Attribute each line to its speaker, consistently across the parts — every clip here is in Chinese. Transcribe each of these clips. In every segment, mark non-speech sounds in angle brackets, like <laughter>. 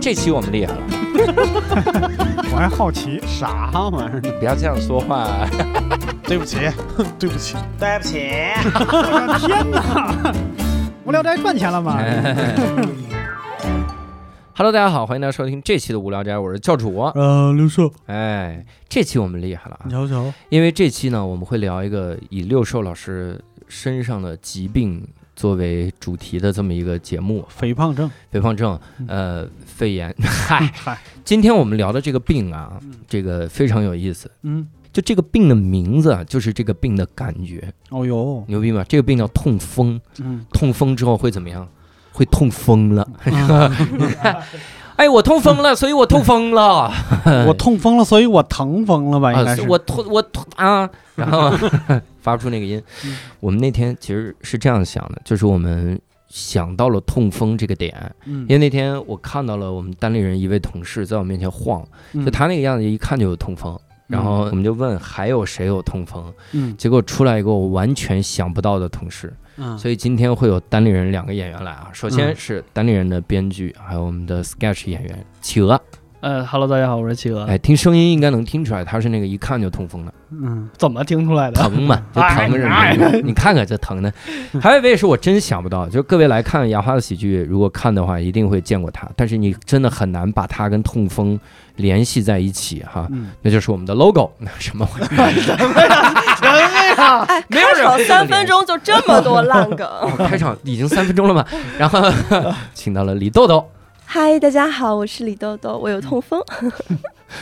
Speaker 1: 这期我们厉害了，
Speaker 2: 我还好奇，
Speaker 3: 啥玩意儿？
Speaker 1: 不要这样说话。
Speaker 4: 对不起，对不起，
Speaker 5: 对不起，
Speaker 2: 我的天哪！无聊斋赚钱了吗？
Speaker 1: <laughs> 哎 Hello，大家好，欢迎大家收听这期的无聊斋，我是教主。
Speaker 4: 呃，刘硕，
Speaker 1: 哎，这期我们厉害了啊，
Speaker 4: 瞧瞧，
Speaker 1: 因为这期呢，我们会聊一个以六兽老师身上的疾病作为主题的这么一个节目
Speaker 3: 肥胖症，
Speaker 1: ——肥胖症、
Speaker 4: 嗯
Speaker 1: 呃，肺
Speaker 4: <laughs>
Speaker 1: 炎。嗨，
Speaker 2: 嗨，
Speaker 1: 今天我们聊的这个病啊，
Speaker 4: 嗯
Speaker 1: 这个非常有意思。
Speaker 3: 嗯，
Speaker 1: 就这个病的名字啊，就是这个病的感觉，
Speaker 3: 哦呦，
Speaker 1: 牛逼吗？这个病叫痛风，
Speaker 3: 嗯，
Speaker 1: 痛风之后会怎么样？会痛风了。
Speaker 3: 啊
Speaker 1: <laughs> 哎，我痛风了，所以我痛风了。
Speaker 3: 我痛风了，所以我疼疯了嗯吧？应该
Speaker 1: 啊，
Speaker 3: 是
Speaker 1: 我吐我吐啊，然后 <laughs> 发不出那个音。
Speaker 3: 嗯
Speaker 1: 我们那天其实是这样想的，就是我们想到了痛风这个点，
Speaker 3: 嗯
Speaker 1: 因为那天我看到了我们单立人一位同事在我面前晃，
Speaker 3: 嗯
Speaker 1: 就他那个样子一看就有痛风。然后我们就问还有谁有痛风，
Speaker 3: 嗯
Speaker 1: 结果出来一个我完全想不到的同事，
Speaker 3: 嗯，
Speaker 1: 所以今天会有单立人两个演员来啊。首先
Speaker 3: 嗯
Speaker 1: 是单立人的编剧，还有我们的 sketch 演员企鹅。
Speaker 6: 呃哈喽，大家好，我是企鹅。
Speaker 1: 哎，听声音应该能听出来，他是那个一看就痛风的。
Speaker 3: <laughs> 嗯
Speaker 6: 怎么听出
Speaker 1: <laughs>
Speaker 6: 来的？
Speaker 1: 疼嘛，就
Speaker 3: 哎
Speaker 1: 疼着呢。你看看这疼
Speaker 3: <laughs>
Speaker 1: 的，还有一位是我真想不到，就是各位来看《牙花的喜剧》，如果看的话，一定会见过他，但是你真的很难把他跟痛风联系在一起哈。
Speaker 3: 嗯，
Speaker 1: 那就是我们的 logo，那 <laughs> 什
Speaker 3: <laughs>
Speaker 1: 么玩意
Speaker 7: 哎，
Speaker 1: 没有人
Speaker 7: 开场
Speaker 1: 会这么
Speaker 7: 三分钟就这么多烂梗。
Speaker 1: 哦儿？开场已经三分钟了嘛，然后 <laughs> 请到了李豆豆，
Speaker 7: <laughs> 嗨，大家好，我是李豆豆，我有痛风。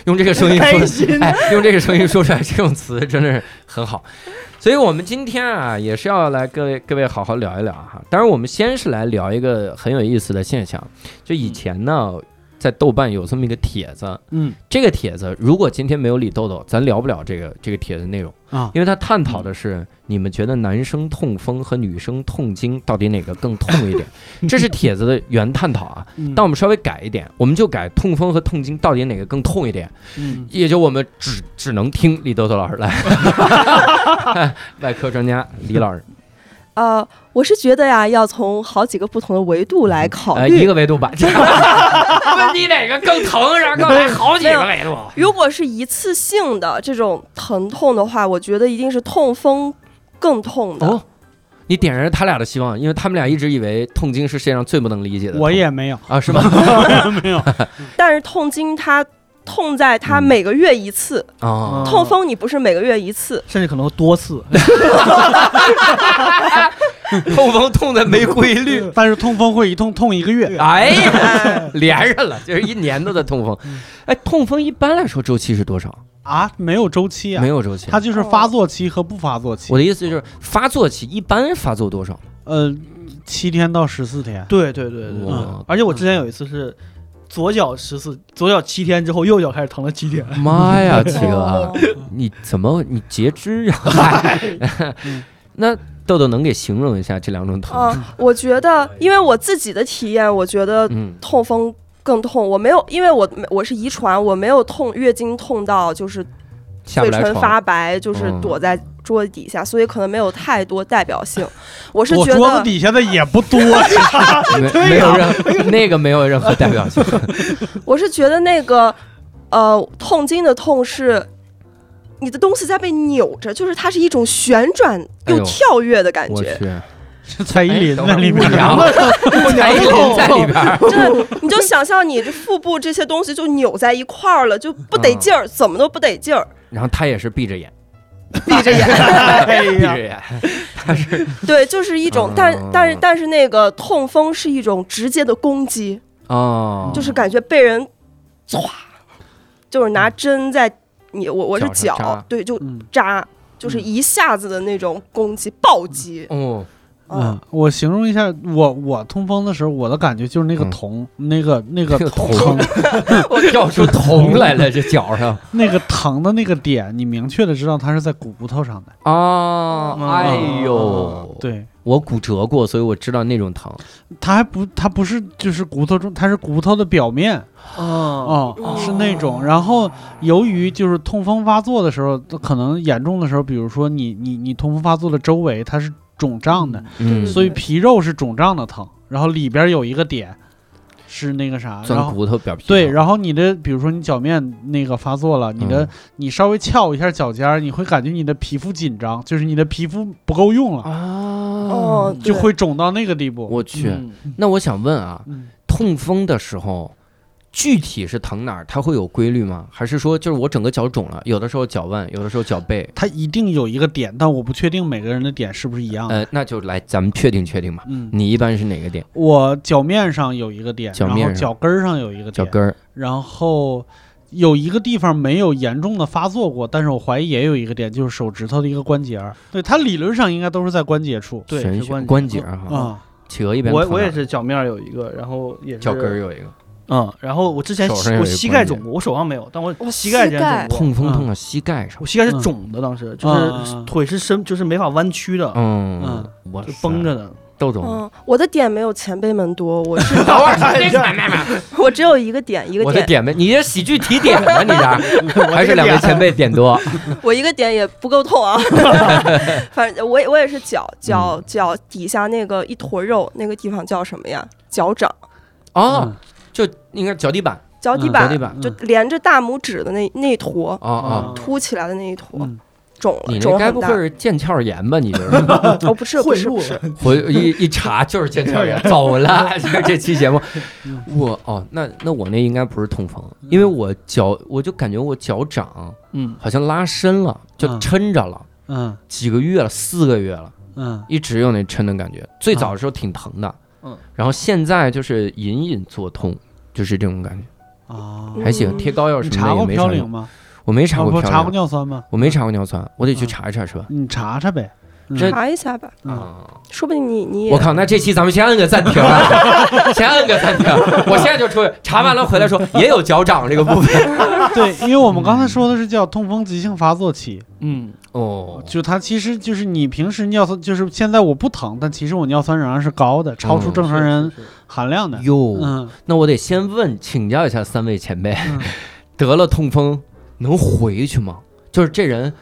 Speaker 1: 用这个声音
Speaker 6: 开
Speaker 1: 说，
Speaker 6: 心
Speaker 1: 哎，用这个声音说出来这种词真的是很好。所以，我们今天啊，也是要来各位各位好好聊一聊哈。当然，我们先是来聊一个很有意思的现象，就以前呢，在豆瓣有这么一个帖子，
Speaker 3: 嗯，
Speaker 1: 这个帖子如果今天没有李豆豆，咱聊不了这个这个帖子内容
Speaker 3: 啊
Speaker 1: 因为它探讨的是你们觉得男生痛风和女生痛经到底哪个更痛一点，这是帖子的原探讨啊。
Speaker 3: 嗯
Speaker 1: 但我们稍微改一点，我们就改痛风和痛经到底哪个更痛一点。
Speaker 3: 嗯
Speaker 1: 也就我们只只能听李豆豆老师来，哎外科专家李老师，
Speaker 7: 呃，我是觉得呀，要从好几个不同的维度来考
Speaker 1: 呃，一
Speaker 7: 虑。
Speaker 1: 个维度吧。问你哪个更 <laughs> 疼，然后来好几个维度。
Speaker 7: 如果是一次性的这种疼痛的话，我觉得一定是痛风更痛的。
Speaker 1: 哦， <laughs> 你点燃了他俩的希望，因为他们俩一直以为痛经是世界上最不能理解的痛。
Speaker 3: 嗯我也没有，
Speaker 1: 啊，是吗？ <laughs>
Speaker 3: 没有，
Speaker 7: 但是痛经它痛在它每个月一次，
Speaker 1: 嗯哦，
Speaker 7: 痛风你不是每个月一次。
Speaker 6: 甚至可能多次。
Speaker 1: <laughs> 痛风痛的没规律。
Speaker 3: 但是痛风会一痛痛一个月，
Speaker 1: <laughs> 哎呀，连上了，就是一年都在痛风。哎，痛风一般来说周期是多少？
Speaker 3: 啊，没有周期啊
Speaker 1: 没，有周期。
Speaker 3: 它就是发作期和不发作期
Speaker 1: 我，的意思就是发作期一般发作多少？
Speaker 3: 呃，七天到十四天，
Speaker 6: 对对对对。
Speaker 1: 哇
Speaker 6: 而且我之前有一次是左脚十四，左脚七天之后，右脚开始疼了七
Speaker 1: <laughs>
Speaker 6: 天。
Speaker 1: 妈哎呀，企鹅啊
Speaker 7: 哦，
Speaker 1: 你怎么你截肢啊？那豆豆能给形容一下这两种疼？
Speaker 7: 呃，我觉得，因为我自己的体验，我觉得
Speaker 1: 嗯，
Speaker 7: 痛风更痛。我没有，因为我我是遗传，我没有痛月经痛到就是
Speaker 1: 下不
Speaker 7: 嘴
Speaker 1: 来
Speaker 7: 唇
Speaker 1: 床。
Speaker 7: 发白，就是
Speaker 1: 嗯
Speaker 7: 躲在桌子底下，所以可能没有太多代表性。我是
Speaker 3: 我
Speaker 7: 觉
Speaker 3: 桌子
Speaker 7: 得，
Speaker 3: 底下的也不多，
Speaker 1: 没没有任那个没有任何代表性，
Speaker 7: 我是觉得那个呃，痛经的痛是。你的东西在被扭着，就是它是一种旋转
Speaker 1: 哎呦
Speaker 7: 又跳跃的感
Speaker 1: 我
Speaker 7: 觉，
Speaker 1: 去，
Speaker 3: 蔡依林在里面
Speaker 1: 哎，等会儿我娘，我娘 <laughs> 在里边儿，
Speaker 7: 真的，你就想象你这腹部这些东西就扭在一块儿了，就不
Speaker 1: 嗯
Speaker 7: 得劲儿，怎么都不得劲儿。
Speaker 1: 然后他也是闭着眼，
Speaker 7: 闭着眼，
Speaker 3: 哎
Speaker 1: 闭
Speaker 3: 呀
Speaker 1: <laughs> 着，眼，
Speaker 7: 对，就是一种，但
Speaker 1: 嗯
Speaker 7: 但是但是那个痛风是一种直接的攻击，
Speaker 1: 哦，
Speaker 7: 就是感觉被人唰，就是拿针在你我我是
Speaker 1: 脚上扎
Speaker 7: 脚，对，就
Speaker 3: 嗯
Speaker 7: 扎，就是一下子的那种攻击暴击。
Speaker 1: 哦，
Speaker 7: 嗯，
Speaker 3: 嗯，我形容一下，我我痛风的时候，我的感觉就是那个
Speaker 1: 嗯
Speaker 3: 疼，那个那个
Speaker 1: 这个
Speaker 3: 疼，
Speaker 1: 掉出铜来了，这脚上
Speaker 3: <laughs> 那个疼的那个点，你明确的知道它是在骨头上的。
Speaker 1: 啊，哎呦，，
Speaker 3: 对，
Speaker 1: 我骨折过，所以我知道那种疼，
Speaker 3: 它还不，它不是就是骨头中，它是骨头的表面
Speaker 6: 哦，
Speaker 3: 哦，是那种。然后由于就是痛风发作的时候，可能严重的时候，比如说你你你痛风发作的周围它是肿胀的，
Speaker 1: 嗯，
Speaker 3: 所以皮肉是肿胀的疼，然后里边有一个点，是那个啥，然
Speaker 1: 钻
Speaker 3: 后
Speaker 1: 骨头表皮。
Speaker 3: 对，然后你的比如说你脚面那个发作了，你的、
Speaker 1: 嗯
Speaker 3: 你稍微翘一下脚尖儿，你会感觉你的皮肤紧张，就是你的皮肤不够用了，
Speaker 1: 啊，
Speaker 7: 哦，
Speaker 3: 就
Speaker 7: 对
Speaker 3: 会肿到那个地步。
Speaker 1: 我去。
Speaker 3: 嗯
Speaker 1: 那我想问啊，
Speaker 3: 嗯
Speaker 1: 痛风的时候具体是疼哪儿？它会有规律吗？还是说就是我整个脚肿了，有的时候脚腕，有的时候脚背？
Speaker 3: 它一定有一个点，但我不确定每个人的点是不是一
Speaker 6: 啊
Speaker 3: 样的。
Speaker 1: 呃，那就来咱们确定确定吧。
Speaker 3: 嗯，
Speaker 1: 你一般是哪个点？
Speaker 3: 我脚面上有一个点，
Speaker 1: 脚
Speaker 3: 然
Speaker 1: 面
Speaker 3: 后
Speaker 1: 上
Speaker 3: 脚跟儿上有一个
Speaker 1: 脚
Speaker 3: 点，
Speaker 1: 跟儿
Speaker 3: 然后有一个地方没有严重的发作过，但是我怀疑也有一个点，就是手指头的一个关节儿。对，它理论上应该都是在关节处。
Speaker 6: 对，
Speaker 1: 神
Speaker 6: 是
Speaker 1: 学
Speaker 6: 关
Speaker 1: 关节
Speaker 6: 节。
Speaker 1: 儿哈。
Speaker 3: 啊、
Speaker 1: 企鹅一般
Speaker 6: 我
Speaker 1: 疼
Speaker 6: 我
Speaker 1: 哪
Speaker 6: 也
Speaker 1: 儿
Speaker 6: 是脚面儿有一个，然后也是
Speaker 1: 脚跟儿有一个
Speaker 6: 嗯，然后我之前
Speaker 1: 手上有一
Speaker 6: 我
Speaker 1: 个
Speaker 6: 膝
Speaker 1: 关
Speaker 6: 盖
Speaker 1: 节
Speaker 6: 肿过，我手上没有，但我
Speaker 7: 我
Speaker 6: 膝盖之
Speaker 7: 膝盖
Speaker 6: 前肿过，
Speaker 1: 痛风痛到膝盖上
Speaker 6: 我。膝盖是
Speaker 3: 嗯
Speaker 6: 肿的，当时就
Speaker 3: 嗯嗯
Speaker 6: 是
Speaker 3: 嗯
Speaker 6: 腿是伸，就是没法弯曲的，
Speaker 1: 嗯
Speaker 3: 嗯，
Speaker 1: 我
Speaker 6: 啊就绷着。的。
Speaker 1: 豆总，
Speaker 6: <laughs>
Speaker 7: 嗯，我的点没有前辈们多，我是
Speaker 1: <laughs> 等会儿这是哪儿啊
Speaker 7: 我只有一个点，一个
Speaker 1: 我的
Speaker 7: 点，
Speaker 1: 点呗，你这喜剧提点吗？你
Speaker 6: <laughs>
Speaker 1: 这还是两位前辈点多？
Speaker 7: 我一个点也不够痛
Speaker 1: <laughs>
Speaker 7: 啊。<laughs> 反正我也我也是脚
Speaker 1: 嗯
Speaker 7: 脚脚底下那个一坨肉，那个地方叫什么呀？脚掌、
Speaker 6: 嗯
Speaker 1: 哦，就应该是脚底板，
Speaker 7: 脚底
Speaker 1: 脚
Speaker 3: 嗯
Speaker 7: 板
Speaker 1: 底，板。
Speaker 3: 嗯
Speaker 7: 就连着大拇指的那那一坨
Speaker 1: 哦
Speaker 6: 啊
Speaker 1: 哦，
Speaker 7: 凸起来的那一坨
Speaker 3: 嗯
Speaker 7: 肿了，
Speaker 1: 你这
Speaker 7: 肿
Speaker 1: 该
Speaker 7: 很
Speaker 1: 不
Speaker 7: 大
Speaker 1: 会。是腱鞘炎吧？你这是。 <laughs>
Speaker 7: 哦，不是不是不是，
Speaker 1: 我一一查就是腱鞘炎，走了。就是这期节
Speaker 3: <laughs>
Speaker 1: 目，
Speaker 3: 嗯
Speaker 1: 我哦，那那我那应该不是痛风，因为我脚我就感觉我脚掌
Speaker 6: 嗯，
Speaker 1: 好像拉伸了，就
Speaker 3: 嗯
Speaker 1: 抻着了，
Speaker 3: 嗯
Speaker 1: 几个月了，四个月了，
Speaker 3: 嗯
Speaker 1: 一直有那抻的感觉。最早的时候挺疼的，
Speaker 6: 嗯，
Speaker 1: 然后现在就是隐隐作痛。就是这种感觉，
Speaker 3: 啊，
Speaker 1: 还行，贴膏药
Speaker 3: 你
Speaker 1: 什
Speaker 3: 查
Speaker 1: 么的也没
Speaker 3: 过嘌
Speaker 1: 啥
Speaker 3: 呤
Speaker 1: 用。
Speaker 3: 吗？
Speaker 1: 我没查
Speaker 3: 啊
Speaker 1: 过
Speaker 3: 不
Speaker 1: 嘌
Speaker 3: 查过
Speaker 1: 呤，
Speaker 3: 尿酸吗？
Speaker 1: 我没查过尿酸，我得去
Speaker 3: 嗯
Speaker 1: 查一查是吧？
Speaker 3: 你查查呗。嗯
Speaker 1: 这
Speaker 7: 查一下吧，
Speaker 3: 嗯
Speaker 1: 啊，
Speaker 7: 说不定你你也
Speaker 1: 我靠，那这期咱们先按个暂停啊， <laughs> 先按个暂停。我现在就出去查完了回来说，也有脚掌这个部分。
Speaker 3: 对，因为我们刚才说的是叫痛风急性发作期，
Speaker 6: 嗯，
Speaker 1: <laughs> 哦，
Speaker 3: 就它其实就是你平时尿酸，就是现在我不疼，但其实我尿酸仍然是高的，超出
Speaker 1: 嗯
Speaker 3: 正常人
Speaker 6: 是是是
Speaker 3: 含量的。
Speaker 1: 哟，
Speaker 3: 嗯，
Speaker 1: 那我得先问请教一下三位前辈
Speaker 3: 嗯，
Speaker 1: <laughs> 得了痛风能回去吗？就是这人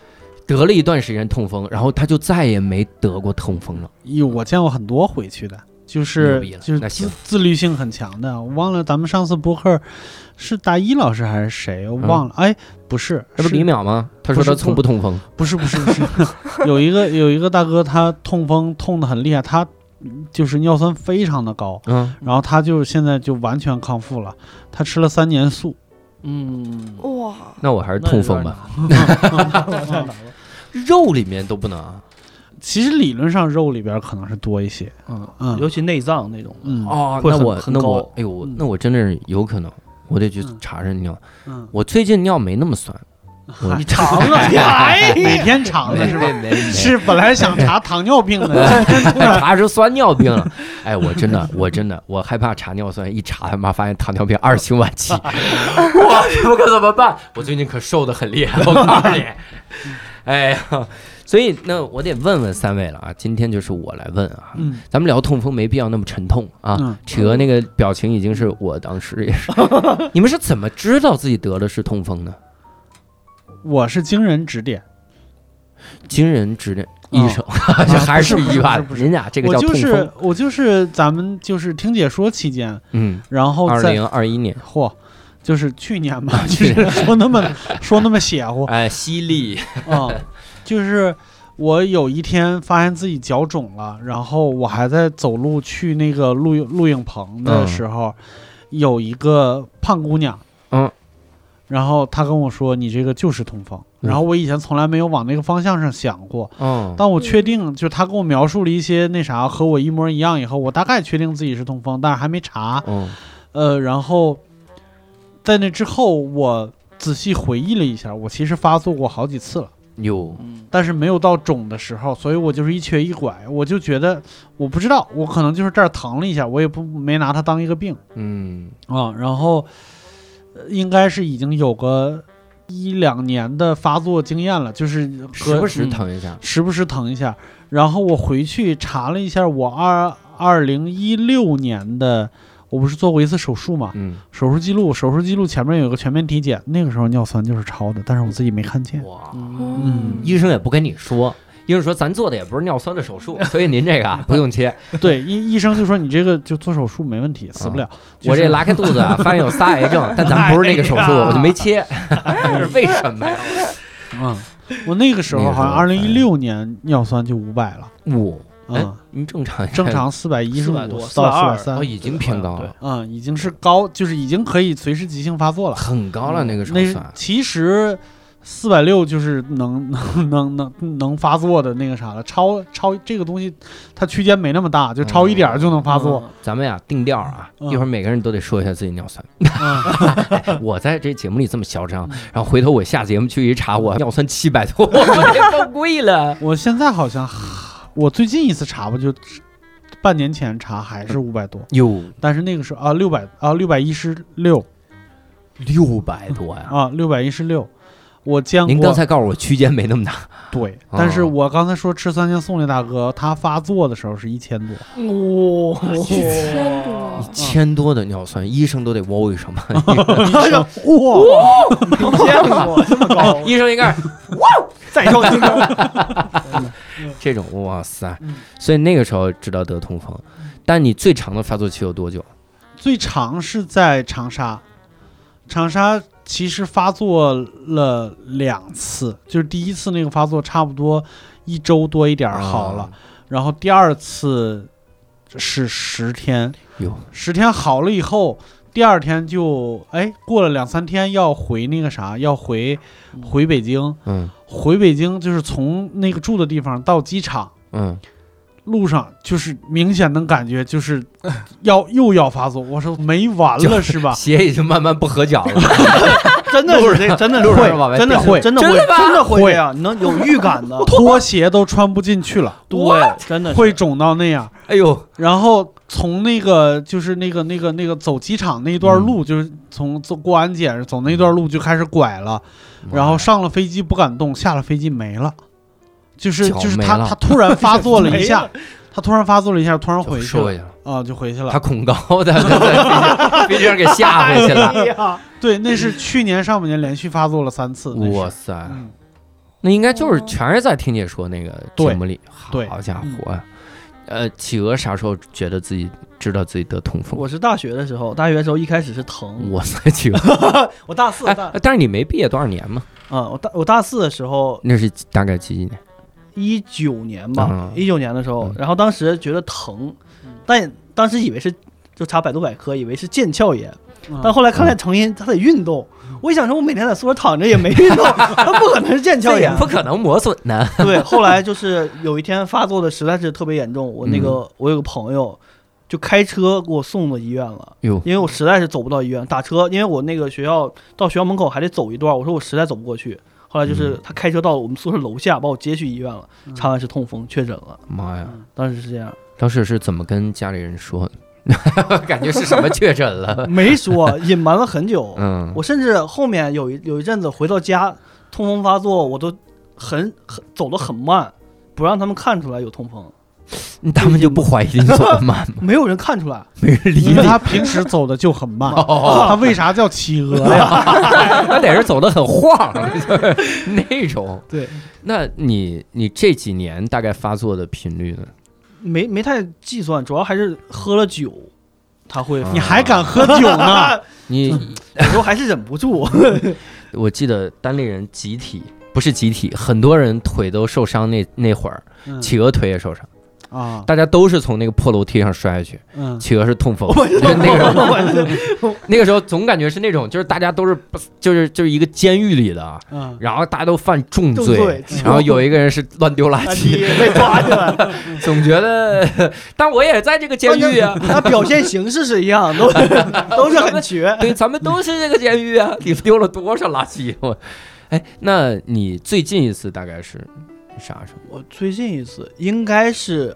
Speaker 1: 得了一段时间痛风，然后他就再也没得过痛风了。
Speaker 3: 有我见过很多回去的，就
Speaker 1: 牛
Speaker 3: 是
Speaker 1: 逼了
Speaker 3: 就是
Speaker 1: 那行
Speaker 3: 自自律性很强的。我忘了咱们上次播客是大一老师还是谁，我忘了。哎，不是，
Speaker 1: 这嗯不
Speaker 3: 是
Speaker 1: 李淼吗？他说
Speaker 3: 不
Speaker 1: 他
Speaker 3: 是
Speaker 1: 从不痛风。
Speaker 3: 不是不是不 <laughs> 是，有一个有一个大哥，他痛风痛得很厉害，他嗯就是尿酸非常的高，
Speaker 1: 嗯，
Speaker 3: 然后他就现在就完全康复了，他吃了三年素，
Speaker 6: 嗯，
Speaker 7: 哇，
Speaker 1: 那我还是痛风吧，
Speaker 6: 吧。
Speaker 1: 肉里面都不能啊。
Speaker 3: 其实理论上肉里边可能是多一些，
Speaker 6: <laughs> 嗯
Speaker 3: 嗯，
Speaker 6: 尤其内脏那种的，
Speaker 3: 嗯
Speaker 1: 哦，
Speaker 6: 会
Speaker 1: 那
Speaker 6: 很
Speaker 1: 我
Speaker 6: 很
Speaker 1: 那我
Speaker 6: 高
Speaker 1: 哎呦
Speaker 3: 嗯，
Speaker 1: 那我真的是有可能，我得去
Speaker 3: 嗯
Speaker 1: 查查尿。
Speaker 3: <laughs> 嗯，
Speaker 1: 我最近尿没那么
Speaker 3: <laughs>
Speaker 1: 酸，我
Speaker 6: 你尝
Speaker 1: <laughs>
Speaker 6: 啊，你
Speaker 3: 每
Speaker 6: 哎，
Speaker 3: 天尝的
Speaker 1: 没
Speaker 3: 是吧？
Speaker 1: 没没没，
Speaker 3: 是本来想查糖尿病
Speaker 1: <laughs>
Speaker 3: 的，
Speaker 1: 查出酸尿病了。哎，我真的，我真的，我害怕查尿酸，一查他妈发现糖尿病二型晚
Speaker 3: <laughs>
Speaker 1: 期，我我可怎么办？我最近可瘦的很厉害，我告诉你，哎呀，所以那我得问问三位了啊，今天就是我来问啊，
Speaker 3: 嗯
Speaker 1: 咱们聊痛风没必要那么沉痛啊。
Speaker 3: 嗯，
Speaker 1: 企鹅那个表情已经是我当时也
Speaker 3: <laughs>
Speaker 1: 是，你们是怎么知道自己得的是痛风的？
Speaker 3: 我是经人指点，
Speaker 1: 经人指点医生， <laughs> 这还是
Speaker 3: 嗯啊不是
Speaker 1: 医吧？
Speaker 3: 不是不是
Speaker 1: 人家这个
Speaker 3: 我
Speaker 1: 叫
Speaker 3: 就
Speaker 1: 痛
Speaker 3: 是
Speaker 1: 风。
Speaker 3: 我就是咱们就是听解说期间，
Speaker 1: 嗯，
Speaker 3: 然后
Speaker 1: 二
Speaker 3: 哦在
Speaker 1: 零二一年，
Speaker 3: 嚯，就是去年吧， <laughs> 就是说那么说那么邪乎啊、
Speaker 1: 哎，犀利，
Speaker 3: 就是我有一天发现自己脚肿了，然后我还在走路去那个录影录影棚的时候，有一个胖姑娘，
Speaker 1: 嗯，
Speaker 3: 然后她跟我说你这个就是痛风，
Speaker 1: 嗯
Speaker 3: 然后我以前从来没有往那个方向上想过，
Speaker 1: 嗯，
Speaker 3: 但我确定就是她跟我描述了一些那啥和我一模一样以后，我大概确定自己是痛风，但是还没查，
Speaker 1: 嗯，
Speaker 3: 呃，然后在那之后，我仔细回忆了一下，我其实发作过好几次了，
Speaker 1: 有，
Speaker 6: 嗯
Speaker 3: 但是没有到肿的时候，所以我就是一瘸一拐，我就觉得我不知道，我可能就是这儿疼了一下，我也不没拿它当一个病
Speaker 1: 嗯，
Speaker 3: 啊、然后、呃应该是已经有个一两年的发作经验了，就是
Speaker 1: 时
Speaker 3: 和
Speaker 1: 不时疼一下，
Speaker 3: 时不时疼一下。然后我回去查了一下，我二二零一六年的，我不是做过一次手术嘛，
Speaker 1: 嗯，
Speaker 3: 手术记录，手术记录前面有个全面体检，那个时候尿酸就是超的，但是我自己没看见。
Speaker 1: <laughs> 哇，
Speaker 6: 嗯
Speaker 7: 嗯
Speaker 1: 医生也不跟你说，医生说咱做的也不是尿酸的手术，所以您这个啊不用切。
Speaker 3: 对，医医生就说你这个就做手术没问题，死不了。 <laughs> 就
Speaker 1: 啊我
Speaker 3: 是哎
Speaker 1: 这拉开肚子啊，发现有仨癌症，但咱不是那个手术，我就没
Speaker 3: <laughs>
Speaker 1: 切。这是为
Speaker 6: <laughs>
Speaker 1: 什么呀？
Speaker 3: 嗯，我那个时候好像
Speaker 1: 那
Speaker 3: 二
Speaker 1: 个
Speaker 3: 零
Speaker 1: 时候
Speaker 3: 一六年尿酸就五百了，
Speaker 1: 五，哎
Speaker 3: 嗯，，
Speaker 1: 您正常
Speaker 3: 正
Speaker 1: <laughs>
Speaker 3: 常四百一十五
Speaker 6: 400多
Speaker 3: 到四百
Speaker 6: 420
Speaker 1: 哦，
Speaker 3: 三，
Speaker 1: 已经偏高了，
Speaker 3: 嗯，已经是高，就是已经可以随时急性发作了。嗯
Speaker 1: 很高了那个手啊
Speaker 3: 那
Speaker 1: 算。
Speaker 3: 其实四百六就是能能能能能发作的那个啥了，超超这个东西它区间没那么大，就超一点儿就能发作。
Speaker 1: 咱们呀定调啊，
Speaker 3: 嗯
Speaker 1: 一会儿每个人都得说一下自己尿酸。
Speaker 3: 嗯，
Speaker 1: <laughs> 我在这节目里这么嚣张，然后回头我下节目去一查，我尿酸七百多， <laughs> 我这犯嗯贵了。
Speaker 3: 我现在好像我最近一次查吧，就半年前查还是五百多，
Speaker 1: 有
Speaker 3: 但是那个时候啊六百啊六百一十六
Speaker 1: 六百多呀！
Speaker 3: 啊六百一十六。我见过，
Speaker 1: 您刚才告诉我区间没那么大，
Speaker 3: 对，
Speaker 1: 啊
Speaker 3: 但是我刚才说吃三千送那大哥，他发作的时候是一千
Speaker 1: <laughs>
Speaker 3: 多，
Speaker 6: 哇，
Speaker 7: 千多
Speaker 6: <laughs>
Speaker 1: 一
Speaker 3: 嗯
Speaker 1: 千多的尿酸，医生都得喔一声吧。，
Speaker 3: 哇，
Speaker 6: 没见过这么高
Speaker 3: 哦
Speaker 1: <laughs> 医生应该是
Speaker 6: 再跳一个，
Speaker 1: 这种，哇塞
Speaker 3: 嗯！
Speaker 1: 所以那个时候知道得痛风，但你最长的发作期有多久？
Speaker 3: 最长是在长沙，长沙其实发作了两次，就是第一次那个发作差不多一周多一点
Speaker 1: 啊
Speaker 3: 儿好了，然后第二次是十天，
Speaker 1: 哟，
Speaker 3: 十天好了以后，第二天就哎过了两三天要回那个啥，要回回北京，
Speaker 1: 嗯
Speaker 3: 回北京就是从那个住的地方到机场。
Speaker 1: 嗯，
Speaker 3: 路上就是明显能感觉就是要又要发作，我说没完
Speaker 1: 就
Speaker 3: 了是
Speaker 1: <laughs>
Speaker 3: 吧？
Speaker 1: 鞋已经慢慢不合脚了。
Speaker 6: <laughs> 真的是这，真的是
Speaker 1: 路上往外
Speaker 6: 真的
Speaker 3: 掉
Speaker 6: 是真的
Speaker 1: 真
Speaker 6: 会
Speaker 1: 的吗
Speaker 6: 真的会啊！你能有预感的，
Speaker 3: 拖鞋都穿不进去了，
Speaker 6: <laughs> 对，真 <laughs> 的是
Speaker 3: 会肿到那样。
Speaker 1: 哎呦，
Speaker 3: 然后从那个就是那个那个那个走机场那段
Speaker 1: 嗯
Speaker 3: 路，就是从走过安检走那段路就开始拐了，然后上了飞机不敢动，下了飞机没了，就是
Speaker 1: 脚
Speaker 3: 就是
Speaker 1: 没
Speaker 3: 他
Speaker 1: 了
Speaker 3: 他突然发作了一
Speaker 6: 没
Speaker 1: <laughs>
Speaker 3: 下，他突然发作了一下，突然
Speaker 1: 就
Speaker 3: 回去
Speaker 1: 瘦
Speaker 3: 了
Speaker 1: 下了，
Speaker 3: 啊，就回去了
Speaker 1: 他。恐高
Speaker 3: <laughs>
Speaker 1: 的，在飞机上给吓回去了。
Speaker 6: <laughs> 哎呀，
Speaker 3: 对，那是去年上半年连续发作了三次。那是
Speaker 1: 哇塞，
Speaker 3: 嗯，
Speaker 1: 那应该就是全是在听姐说那个节目里。
Speaker 3: 对嗯
Speaker 1: 好家伙啊！呃，企鹅啥时候觉得自己知道自己得痛风？
Speaker 6: 我是大学的时候，大学的时候一开始是疼，
Speaker 1: 哇塞，企鹅！
Speaker 6: 我大四
Speaker 1: 哎
Speaker 6: 大，
Speaker 1: 但是你没毕业多少年嘛？
Speaker 6: 嗯，我大我大四的时候，
Speaker 1: 那是大概几几年？
Speaker 6: 一九年吧
Speaker 1: 嗯，
Speaker 6: 一九年的时候
Speaker 1: 嗯，
Speaker 6: 然后当时觉得疼，但当时以为是就查百度百科，以为是腱鞘炎，
Speaker 3: 嗯
Speaker 6: 但后来看来成因，他得运动。
Speaker 1: 嗯
Speaker 6: 我一想说，我每天在宿舍躺着也没
Speaker 1: <laughs>
Speaker 6: 运动，他不可能是腱鞘
Speaker 1: 这也
Speaker 6: 炎。
Speaker 1: 不可能磨损呢。
Speaker 6: 对，后来就是有一天发作的实在是特别严重，我那个、
Speaker 1: 嗯
Speaker 6: 我有个朋友就开车给我送到医院了，
Speaker 1: 哟，
Speaker 6: 因为我实在是走不到医院，打车，因为我那个学校到学校门口还得走一段，我说我实在走不过去。后来就是
Speaker 1: 嗯
Speaker 6: 他开车到我们宿舍楼下把我接去医院了，
Speaker 3: 嗯
Speaker 6: 查完是痛风确诊了，
Speaker 1: 妈呀！
Speaker 6: 当时是这样，
Speaker 1: 当时是怎么跟家里人说的？ <laughs> 感觉是什么确诊了？
Speaker 6: <laughs> 没说隐瞒了很久，
Speaker 1: 嗯，
Speaker 6: 我甚至后面有一有一阵子回到家，痛风发作，我都很很走得很慢，不让他们看出来有痛
Speaker 1: <laughs>
Speaker 6: 风，
Speaker 1: 他们就不怀疑你走得
Speaker 3: <laughs>
Speaker 1: 慢吗？
Speaker 6: 没有人看出来。
Speaker 1: 没人理
Speaker 3: 因
Speaker 1: 你
Speaker 3: 为，他平时走的就很
Speaker 1: <laughs>
Speaker 3: 慢，
Speaker 1: 哦
Speaker 3: 他为啥叫企鹅呀？
Speaker 1: 那得是走得很晃， <laughs> 就是那种。
Speaker 6: 对，
Speaker 1: 那你你这几年大概发作的频率呢？
Speaker 6: 没没太计算，主要还是喝了酒，他会
Speaker 1: 啊
Speaker 3: 你还敢喝酒
Speaker 1: <laughs>
Speaker 3: 呢？嗯
Speaker 1: 你
Speaker 6: 有时候还是忍
Speaker 1: <laughs>
Speaker 6: 不住。
Speaker 1: 我记得单立人集体不是集体，很多人腿都受伤那那会儿，
Speaker 3: 嗯
Speaker 1: 企鹅腿也受伤，
Speaker 3: 啊，
Speaker 1: 大家都是从那个破楼梯上摔下去。
Speaker 6: <laughs>
Speaker 3: 嗯，
Speaker 1: 企鹅是痛风，就是那个时候那个时候总感觉是那种，就是大家都是就是就是一个监狱里的啊，
Speaker 3: 嗯，
Speaker 1: 然后大家都犯重
Speaker 6: 重
Speaker 1: 罪，
Speaker 6: 罪
Speaker 1: 然后有一个人是乱丢垃
Speaker 6: 垃 <laughs>
Speaker 1: 圾，
Speaker 3: <laughs>
Speaker 6: 圾啊被抓起来了，
Speaker 1: 总觉得， <laughs> 但我也在这个监狱啊。
Speaker 6: 他表现形式是一样，都
Speaker 1: <laughs>
Speaker 6: 都是很绝。
Speaker 1: 对，咱们都是这个监狱
Speaker 3: <laughs>
Speaker 1: 啊，里丢了多少垃圾？我，哎，那你最近一次大概是啥时候？
Speaker 6: 我最近一次应该是，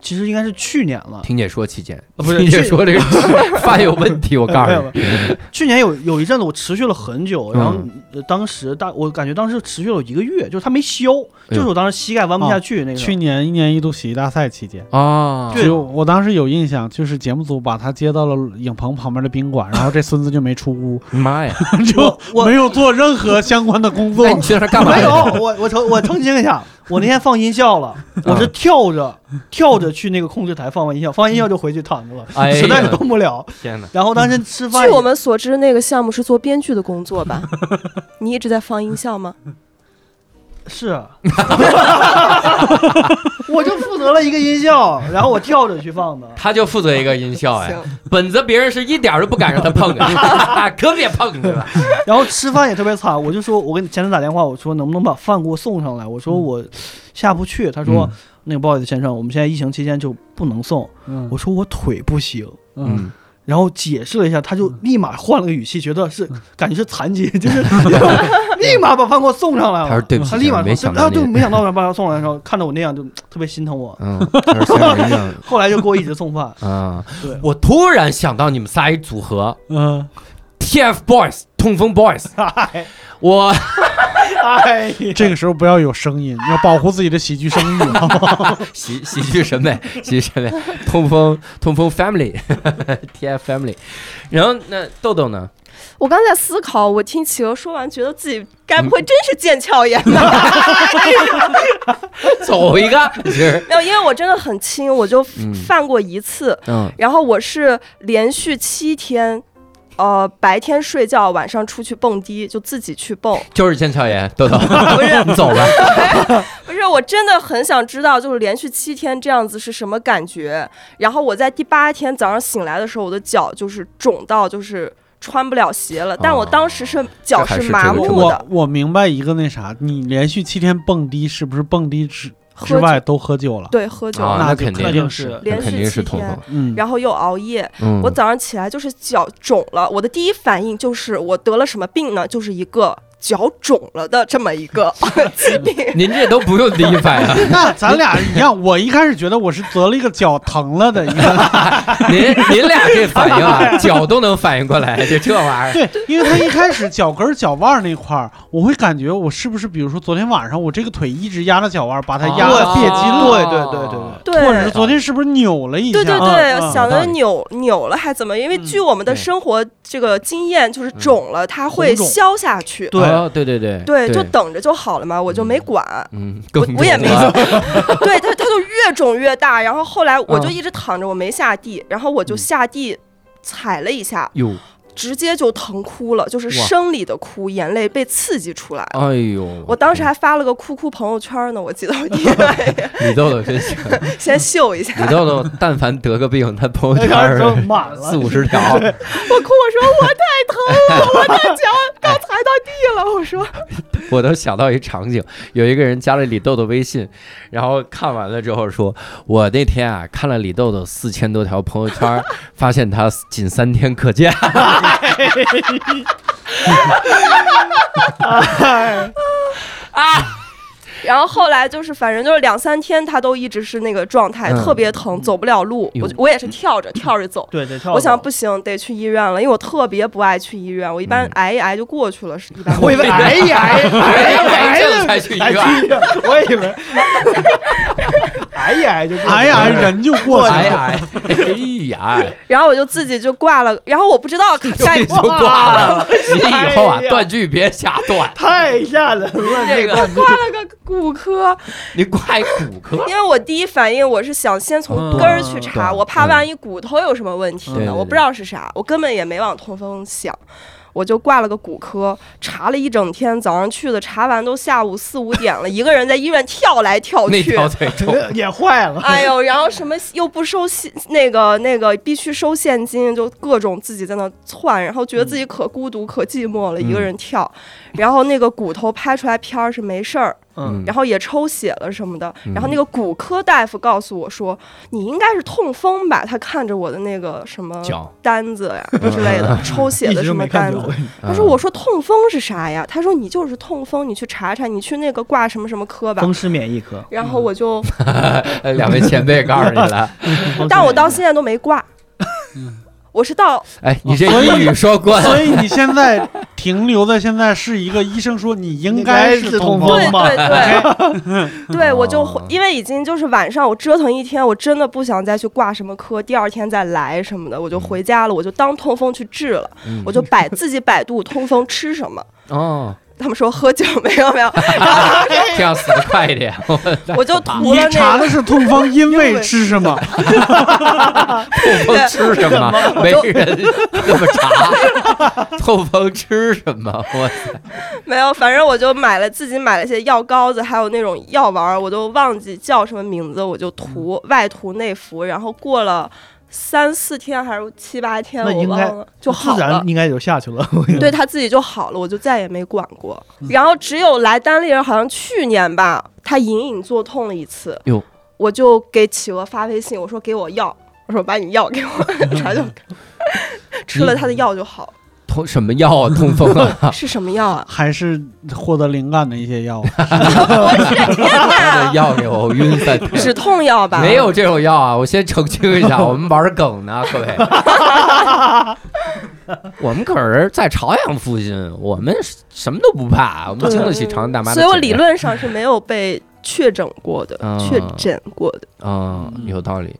Speaker 6: 其实应该是去年了。
Speaker 1: 听姐说期间，
Speaker 6: 啊不是
Speaker 1: 听姐
Speaker 6: 去
Speaker 1: 说这个 <laughs> 饭有问题，我告
Speaker 6: 呃没有
Speaker 1: 诉
Speaker 6: 没
Speaker 1: 你，
Speaker 6: 有去年有有一阵子我持续了很久，
Speaker 1: 嗯
Speaker 6: 然后呃当时大我感觉当时持续了有一个月，就是它没消，
Speaker 1: 哎呦
Speaker 6: 就是我当时膝盖弯不下去那个。
Speaker 3: 去年一年一度喜剧大赛期间。
Speaker 1: 啊，
Speaker 6: 对
Speaker 3: 就我当时有印象，就是节目组把他接到了影棚旁边的宾馆，然后这孙子就没出屋，
Speaker 1: 妈
Speaker 6: <laughs>
Speaker 1: 呀，
Speaker 3: 就
Speaker 6: 我
Speaker 3: 没有做任何相关的工作
Speaker 1: 哎，。你去那儿干嘛
Speaker 6: 没
Speaker 1: 去
Speaker 6: 有
Speaker 1: 了？，
Speaker 6: 我我澄我澄清一下，我那天放音效了，我
Speaker 1: 嗯
Speaker 6: 是跳着跳着去那个控制台放完音效，放完音效就回去躺着了，
Speaker 1: 哎呀
Speaker 6: 实在是动不了。
Speaker 1: 天哪！
Speaker 6: 然后当时吃饭
Speaker 7: 据，我们所知，那个项目是做编剧的工作吧？ <laughs> 你一直在放音效吗？
Speaker 6: 是，啊我就负责了一个音效，然后我跳着去放的。
Speaker 1: 他就负责一个音效哎，
Speaker 7: 行，
Speaker 1: 本子别人是一点儿都不敢让他碰
Speaker 6: <laughs>
Speaker 1: 的，可别碰对吧？
Speaker 6: 然后吃饭也特别惨，我就说，我跟前台打电话，我说能不能把饭给我送上来？我说我下不去。他说、
Speaker 1: 嗯
Speaker 6: 那个不好意思，先生，我们现在疫情期间就不能送。
Speaker 3: 嗯
Speaker 6: 我说我腿不行。
Speaker 3: 嗯，
Speaker 6: 然后解释了一下，他就立马换了个语气，觉得是感觉是残疾，就是立马把饭给我送上来了。
Speaker 1: 他说对不起
Speaker 6: 他立马
Speaker 1: 没
Speaker 6: 说
Speaker 1: 想到
Speaker 6: 啊，对，
Speaker 1: 你
Speaker 6: 没想到把他送上来的时候，看到我那样就特别心疼我。
Speaker 1: 嗯，他说先生您等，
Speaker 6: 后来就给我一直送饭
Speaker 1: 啊
Speaker 6: 对！
Speaker 1: 我突然想到你们仨一组合
Speaker 3: 嗯，
Speaker 1: ，TFBOYS 痛风 boys，我
Speaker 6: 哎呀，
Speaker 3: 这个时候不要有声音，要保护自己的喜剧声誉，啊好不好？
Speaker 1: 喜喜剧审美， <laughs> 喜剧审美，痛风痛风 <laughs> family，TF family，然后那豆豆
Speaker 6: <laughs>
Speaker 1: 呢？
Speaker 7: 我刚在思考，我听企鹅说完，觉得自己该不会
Speaker 1: 嗯
Speaker 7: 真是腱鞘炎吧？ <laughs>
Speaker 1: 走一个，其实
Speaker 7: 没有，因为我真的很轻，我就
Speaker 1: 嗯
Speaker 7: 犯过一次，
Speaker 1: 嗯
Speaker 7: 然后我是连续七天。呃，白天睡觉，晚上出去蹦迪，就自己去蹦。
Speaker 1: 就是腱鞘炎，豆豆
Speaker 7: 不是，
Speaker 1: 你走吧，
Speaker 7: <laughs> 不是，我真的很想知道，就是连续七天这样子是什么感觉。然后我在第八天早上醒来的时候，我的脚就是肿到就是穿不了鞋了，但我当时是脚
Speaker 1: 还是
Speaker 7: 麻
Speaker 1: 哦这个
Speaker 7: 木
Speaker 3: 我
Speaker 7: 的，
Speaker 3: 我明白一个那啥，你连续七天蹦迪，是不是蹦迪之之
Speaker 7: 喝酒
Speaker 3: 外都喝酒了？
Speaker 7: 对喝酒
Speaker 1: 啊 <laughs>
Speaker 7: 了，
Speaker 1: 那
Speaker 3: 就
Speaker 1: 肯定
Speaker 6: 那
Speaker 3: 肯
Speaker 6: 就
Speaker 3: 定
Speaker 6: 是
Speaker 1: 那
Speaker 7: 连
Speaker 1: 肯
Speaker 7: 续
Speaker 1: 定是
Speaker 7: 七
Speaker 1: 痛
Speaker 7: 天
Speaker 1: 风。。
Speaker 3: 嗯，
Speaker 7: 然后又熬夜，
Speaker 1: 嗯，
Speaker 7: 我早上起来就是脚肿了，我的第一反应就是我得了什么病呢？就是一个脚肿了的这么一个 <laughs> 疾病。
Speaker 1: 您这都不用第一反
Speaker 7: <laughs>
Speaker 1: 应，啊
Speaker 3: 那咱俩一样，我一开始觉得我是得了一个脚疼了的一个，
Speaker 1: 您您俩这反应啊，脚都能反应过来，就这玩意儿。
Speaker 3: <laughs> 对，因为他一开始脚跟儿脚腕儿那块儿，我会感觉我是不是，比如说昨天晚上我这个腿一直压着脚腕儿，把它压
Speaker 6: 对
Speaker 3: 得别筋了，
Speaker 6: 哦对对对对对
Speaker 7: 对，
Speaker 3: 或者是昨天是不是扭了一下？
Speaker 7: 对对
Speaker 3: 啊
Speaker 7: 对，
Speaker 3: 啊
Speaker 7: 想
Speaker 1: 有道
Speaker 7: 着
Speaker 1: 理
Speaker 7: 扭扭了还怎么？因为
Speaker 3: 嗯
Speaker 7: 据我们的
Speaker 1: 对
Speaker 7: 生活这个经验，就是嗯肿了它会
Speaker 6: 红肿
Speaker 7: 消下去，
Speaker 6: 对
Speaker 1: 哦对对对
Speaker 7: 对，就等着就好了嘛，我就没管。
Speaker 1: 嗯，
Speaker 7: 我
Speaker 1: 更
Speaker 7: 我也没
Speaker 1: 懂了
Speaker 7: 对它它就越肿越大，然后后来我就
Speaker 1: 嗯
Speaker 7: 一直躺着，我没下地，然后我就
Speaker 1: 嗯
Speaker 7: 下地踩了一下，
Speaker 1: 哟，
Speaker 7: 直接就疼哭了，就是
Speaker 1: 哇
Speaker 7: 生理的哭，眼泪被刺激出来。
Speaker 1: 哎呦，
Speaker 7: 我当时还发了个哭哭朋友圈呢，我记得我第一位 <laughs>
Speaker 1: 李豆豆真行，
Speaker 7: 先秀一下，
Speaker 1: 李豆豆但凡得个病，他朋友
Speaker 6: 那
Speaker 1: 圈
Speaker 6: 边
Speaker 1: 儿
Speaker 6: 都满了，
Speaker 1: 四五十条，
Speaker 7: 我哭，我 <laughs> 说我太疼了，我的脚刚踩到地了，我说
Speaker 1: 我都想到一场景，有一个人加了李豆豆微信，然后看完了之后说，我那天啊看了李豆豆四千多条朋友圈儿，发现他仅三天可见。
Speaker 7: <laughs> 然后后来就是，反正就是两三天，他都一直是那个状态，
Speaker 1: 嗯
Speaker 7: 特别疼，走不了路。
Speaker 1: 哟
Speaker 7: 我我也是跳着跳着走，
Speaker 6: 对对，跳
Speaker 7: 我想
Speaker 6: 舞。
Speaker 7: 不行，得去医院了，因为我特别不爱去医院，我一般
Speaker 1: 嗯
Speaker 7: 挨一挨就过去了，是一般
Speaker 6: 我以
Speaker 7: <laughs>
Speaker 6: 为哎呀哎呀哎呀哎呀，
Speaker 1: 才去医
Speaker 6: 哎
Speaker 1: 院，
Speaker 6: 呀，我以为，哎呀哎就过去了
Speaker 3: 哎呀，人就过去
Speaker 1: 哎
Speaker 3: 了。
Speaker 1: 呀，哎呀，
Speaker 7: 然后我就自己就挂了，然后我不知道该
Speaker 1: 你就挂了，你以后啊
Speaker 6: 哎呀
Speaker 1: 断句别瞎断，
Speaker 6: 太吓人了，
Speaker 1: 这个
Speaker 7: 挂了个骨科，
Speaker 1: 你挂一骨科。
Speaker 7: <laughs> 因为我第一反应我是想先从根儿去查，
Speaker 1: 嗯
Speaker 7: 我怕万一骨头有什么问题
Speaker 1: 嗯对
Speaker 7: 呢，
Speaker 1: 对
Speaker 7: 我不知道是啥，我根本也没往痛风想。我就挂了个骨科，查了一整天，早上去的，查完都下午四五点了， <laughs> 一个人在医院跳来跳
Speaker 1: 那
Speaker 7: 去
Speaker 1: 条，腿肿，
Speaker 6: 也坏了，
Speaker 7: <laughs> 哎呦，然后什么又不收现，那个那个必须收现金，就各种自己在那窜，然后觉得自己可孤独可寂寞了，一个
Speaker 1: 嗯
Speaker 7: 人跳，然后那个骨头拍出来片儿是没事儿，
Speaker 1: 嗯
Speaker 7: 然后也抽血了什么的。
Speaker 1: 嗯
Speaker 7: 然后那个骨科大夫告诉我说，你应该是痛风吧？他看着我的那个什么
Speaker 1: 脚
Speaker 7: 单子呀
Speaker 6: 嗯
Speaker 7: 之类的，抽血
Speaker 6: 一
Speaker 7: 的
Speaker 6: 直
Speaker 7: 什
Speaker 6: 都没
Speaker 7: 么
Speaker 6: 看
Speaker 7: 单
Speaker 6: 见
Speaker 7: 子
Speaker 6: 我。。嗯
Speaker 7: 他说：“我说痛风是啥呀？”他说：“你就是痛风，你去查查，你去那个挂什么什么科吧。
Speaker 6: 风湿免疫科”，
Speaker 7: <laughs> 然后我就，
Speaker 1: 哎两位前辈告诉你了，
Speaker 6: 嗯
Speaker 7: 但我到现在都没挂。 <laughs> 我是到
Speaker 1: 哎，你这
Speaker 3: 所以
Speaker 1: 一语说关，
Speaker 3: 所以你现在停留在现在是一个医生说你应该
Speaker 6: 应该是
Speaker 3: 痛
Speaker 6: 痛
Speaker 3: 风
Speaker 6: 风
Speaker 7: 对
Speaker 6: 吧
Speaker 7: 对
Speaker 6: <laughs>
Speaker 7: 对，对我就
Speaker 1: 哦
Speaker 7: 因为已经就是晚上我折腾一天，我真的不想再去挂什么科，第二天再来什么的，我就
Speaker 6: 嗯
Speaker 7: 回家了，我就当痛风去治了，
Speaker 1: 嗯
Speaker 6: <laughs>
Speaker 7: 我就百自己百度痛风吃什么。
Speaker 1: 哦，
Speaker 7: 他们说喝酒没有
Speaker 6: <laughs>
Speaker 7: 没有，然后他们说
Speaker 1: 这样死的快一点。
Speaker 7: 我就涂
Speaker 3: 你
Speaker 7: 了
Speaker 3: 查的
Speaker 7: 那个，
Speaker 3: 是痛风因
Speaker 7: 因
Speaker 3: 为
Speaker 7: 为
Speaker 3: 吃什么？
Speaker 1: 痛风吃什么？没人这么查。痛风吃什么？我
Speaker 7: 没有，反正我就买了自己买了些药膏子，还有那种药丸儿，我都忘记叫什么名字，我就涂
Speaker 6: 嗯
Speaker 7: 外涂内服，然后过了三四天还是七八天，
Speaker 6: 那
Speaker 7: 我
Speaker 6: 应该
Speaker 7: 忘了就好
Speaker 6: 自
Speaker 7: 了
Speaker 6: 然。应该就下去了。
Speaker 7: <laughs> 对他自己就好了，我就再也没管过。然后只有来单立人，好像去年吧，他隐隐作痛了一次，
Speaker 1: 哟
Speaker 7: 我就给企鹅发微信，我说给我药，我说把你药给我， <laughs> 他就吃了他的药就好。
Speaker 1: 痛什么药啊？痛风啊？
Speaker 7: 是什么药啊？
Speaker 3: 还是获得灵感的一些药？
Speaker 1: 开的药给我，我晕三天。
Speaker 7: 止痛药吧？
Speaker 1: 没有这种药啊！我先澄清一
Speaker 7: <laughs>
Speaker 1: 下，我们玩梗呢，各位。我们可是在朝阳附近，我们什么都不怕，我们经得起朝阳大
Speaker 7: <laughs>
Speaker 1: 妈的啊检
Speaker 7: 啊所以
Speaker 1: 验。
Speaker 7: 我理论上是没有被确诊过的，
Speaker 1: 啊
Speaker 7: 确诊过的。
Speaker 1: 嗯，有道理。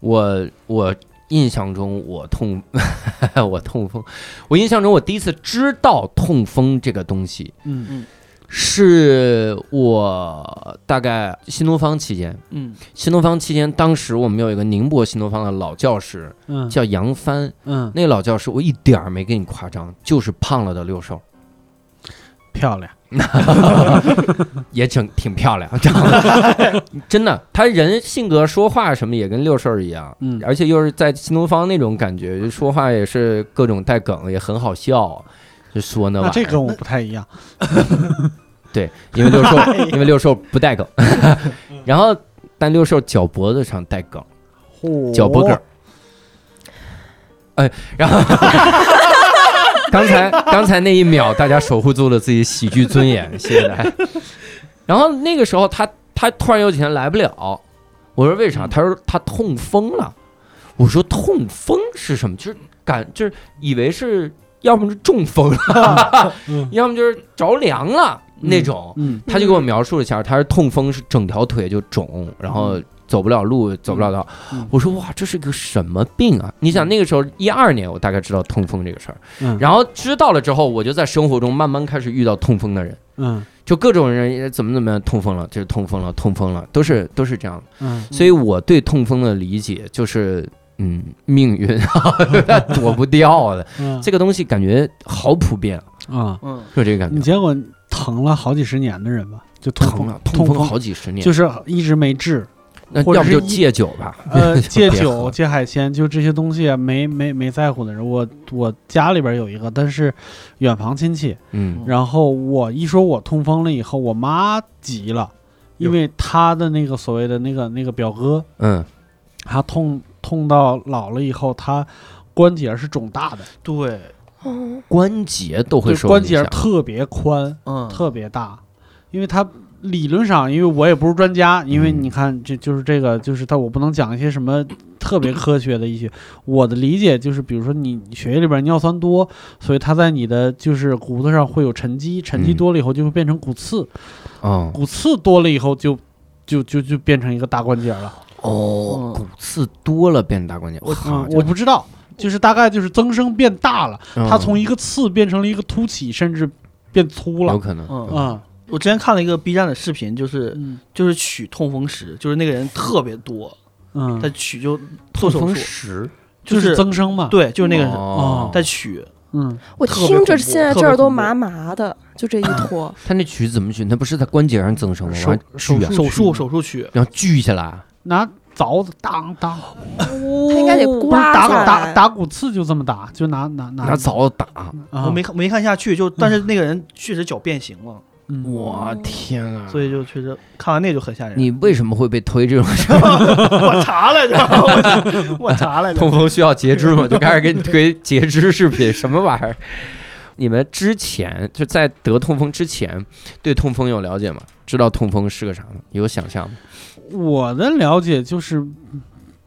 Speaker 1: 我我印象中我痛， <laughs> 我痛风。我印象中我第一次知道痛风这个东西，
Speaker 3: 嗯
Speaker 6: 嗯，
Speaker 1: 是我大概新东方期间。
Speaker 6: 嗯，
Speaker 1: 新东方期间，当时我们有一个宁波新东方的老教师
Speaker 3: 嗯
Speaker 1: 叫杨帆，
Speaker 3: 嗯，
Speaker 1: 那个老教师我一点儿没给你夸张，就是胖了的六瘦。
Speaker 3: 漂亮。嗯
Speaker 1: 也挺挺漂亮， <laughs> 长得
Speaker 3: <laughs>
Speaker 1: 真的，他人性格说话什么也跟六兽一样，
Speaker 3: 嗯
Speaker 1: 而且又是在新东方那种感觉，就说话也是各种带梗，也很好笑，就说那玩
Speaker 3: 那
Speaker 1: 意儿
Speaker 3: 这跟我不太一样。
Speaker 1: 对，因为六兽因为六兽不带梗，然后但六兽脚脖子上带梗，脚脖梗儿，哎，然后刚才刚才那一秒，大家守护住了自己喜剧尊严，谢谢大家。然后那个时候他他突然有几天来不了，我说为啥？他说他痛风了。我说痛风是什么？就是感就是以为是要么是中风了， <laughs> 要么就是着凉了那种。
Speaker 3: 嗯
Speaker 1: 他就给我描述了一下，他是痛风，是整条腿就肿，然后走不了路，走不了道。
Speaker 3: 嗯
Speaker 1: 我说哇，这是个什么病啊？你想那个时候一二年，我大概知道痛风这个事儿，
Speaker 3: 嗯
Speaker 1: 然后知道了之后，我就在生活中慢慢开始遇到痛风的人，
Speaker 3: 嗯
Speaker 1: 就各种人也怎么怎么样痛风了，就是痛风了，痛风了，都是都是这样的。
Speaker 3: 嗯
Speaker 1: 所以我对痛风的理解就是。嗯，命运 <laughs> 啊，躲不掉的
Speaker 3: 嗯
Speaker 1: <laughs> 这个东西，感觉好普遍啊，
Speaker 3: 啊，
Speaker 6: 嗯，
Speaker 1: 就这个感
Speaker 3: 你
Speaker 1: 觉，
Speaker 3: 结果疼了好几十年的人吧，就痛
Speaker 1: 疼了，
Speaker 3: 痛
Speaker 1: 痛风
Speaker 3: 风
Speaker 1: 好几十年，
Speaker 3: 就是一直没治。
Speaker 1: 那
Speaker 3: 或者
Speaker 1: 要不
Speaker 3: 是
Speaker 1: 就
Speaker 3: 一
Speaker 1: 戒酒吧， <laughs>
Speaker 3: 呃，戒
Speaker 1: 别
Speaker 3: 酒、
Speaker 1: 喝
Speaker 3: 戒海鲜，就这些东西啊没没没在乎的人。我我家里边有一个，但是远房亲戚。
Speaker 1: 嗯，
Speaker 3: 然后我一说我痛风了以后，我妈急了，因为她的那个所谓的那个那个表哥，
Speaker 1: 嗯，
Speaker 3: 他痛痛到老了以后，他关节是肿大的，
Speaker 6: 对，
Speaker 1: 哦
Speaker 7: 嗯，
Speaker 1: 关节都会
Speaker 3: 对，
Speaker 1: 受
Speaker 3: 关
Speaker 1: 影
Speaker 3: 节
Speaker 1: 响
Speaker 3: 特别宽，
Speaker 6: 嗯，
Speaker 3: 特别大，因为他理论上，因为我也不是专家，因为
Speaker 1: 嗯
Speaker 3: 你看，这就是这个，就是他，我不能讲一些什么特别科学的医学。我的理解就是，比如说你血液里边尿酸多，所以它在你的就是骨头上会有沉积，沉积
Speaker 1: 嗯
Speaker 3: 多了以后就会变成骨刺，
Speaker 1: 嗯
Speaker 3: 骨刺多了以后就就就就变成一个大关节了。
Speaker 1: 哦
Speaker 6: 嗯，
Speaker 1: 骨刺多了变大关节，
Speaker 3: 我
Speaker 1: 好
Speaker 3: 嗯，我不知道，就是大概就是增生变大了，它从
Speaker 1: 一
Speaker 3: 一个刺变成了一个凸起，甚至变粗
Speaker 1: 有
Speaker 3: 了。
Speaker 1: 可能，
Speaker 6: 嗯
Speaker 1: 嗯
Speaker 3: 啊，
Speaker 6: 我之前看了一个 B 站的视频，就是
Speaker 3: 嗯
Speaker 6: 就是取痛风石，就是那个人特别多，他
Speaker 3: 嗯，
Speaker 6: 取就做手术，
Speaker 1: 石，
Speaker 6: 就
Speaker 3: 就是
Speaker 6: 是
Speaker 3: 增生嘛。，
Speaker 6: 对，就是那个人
Speaker 1: 哦，，
Speaker 6: 他取，
Speaker 3: 嗯，
Speaker 7: 我
Speaker 6: 特别
Speaker 7: 听
Speaker 6: 恐
Speaker 7: 着
Speaker 6: 怖
Speaker 7: 现在
Speaker 6: 特
Speaker 7: 这
Speaker 6: 别
Speaker 7: 儿都
Speaker 6: 恐怖
Speaker 7: 麻麻的，就这一坨
Speaker 1: 他那取怎么取？那不是在关节上增生吗？
Speaker 3: 手
Speaker 1: 往上
Speaker 3: 手
Speaker 1: 锯啊，
Speaker 6: 手术
Speaker 3: 取
Speaker 6: 手术取，
Speaker 1: 然后锯下来，
Speaker 3: 拿凿子当当，
Speaker 7: 他应该得
Speaker 3: 不是
Speaker 7: 刮
Speaker 3: 打
Speaker 7: 下
Speaker 3: 骨打
Speaker 7: 来
Speaker 3: 打骨刺就这么打，就拿拿拿
Speaker 1: 拿凿子打，
Speaker 3: 啊
Speaker 6: 我没看没看下去，就但
Speaker 1: 嗯
Speaker 6: 是那个人确实脚变形了，
Speaker 3: 嗯
Speaker 1: 我天啊！
Speaker 6: 所以就确实看完那就很吓人。
Speaker 1: 你为什么会被推这种事？
Speaker 6: <laughs> 我查来着，我我查来着，
Speaker 1: 痛风需要截肢吗？就开始给你推截肢视频，什么玩意儿？你们之前就在得痛风之前，对痛风有了解吗？知道痛风是个啥吗？有想象吗？
Speaker 3: 我的了解就是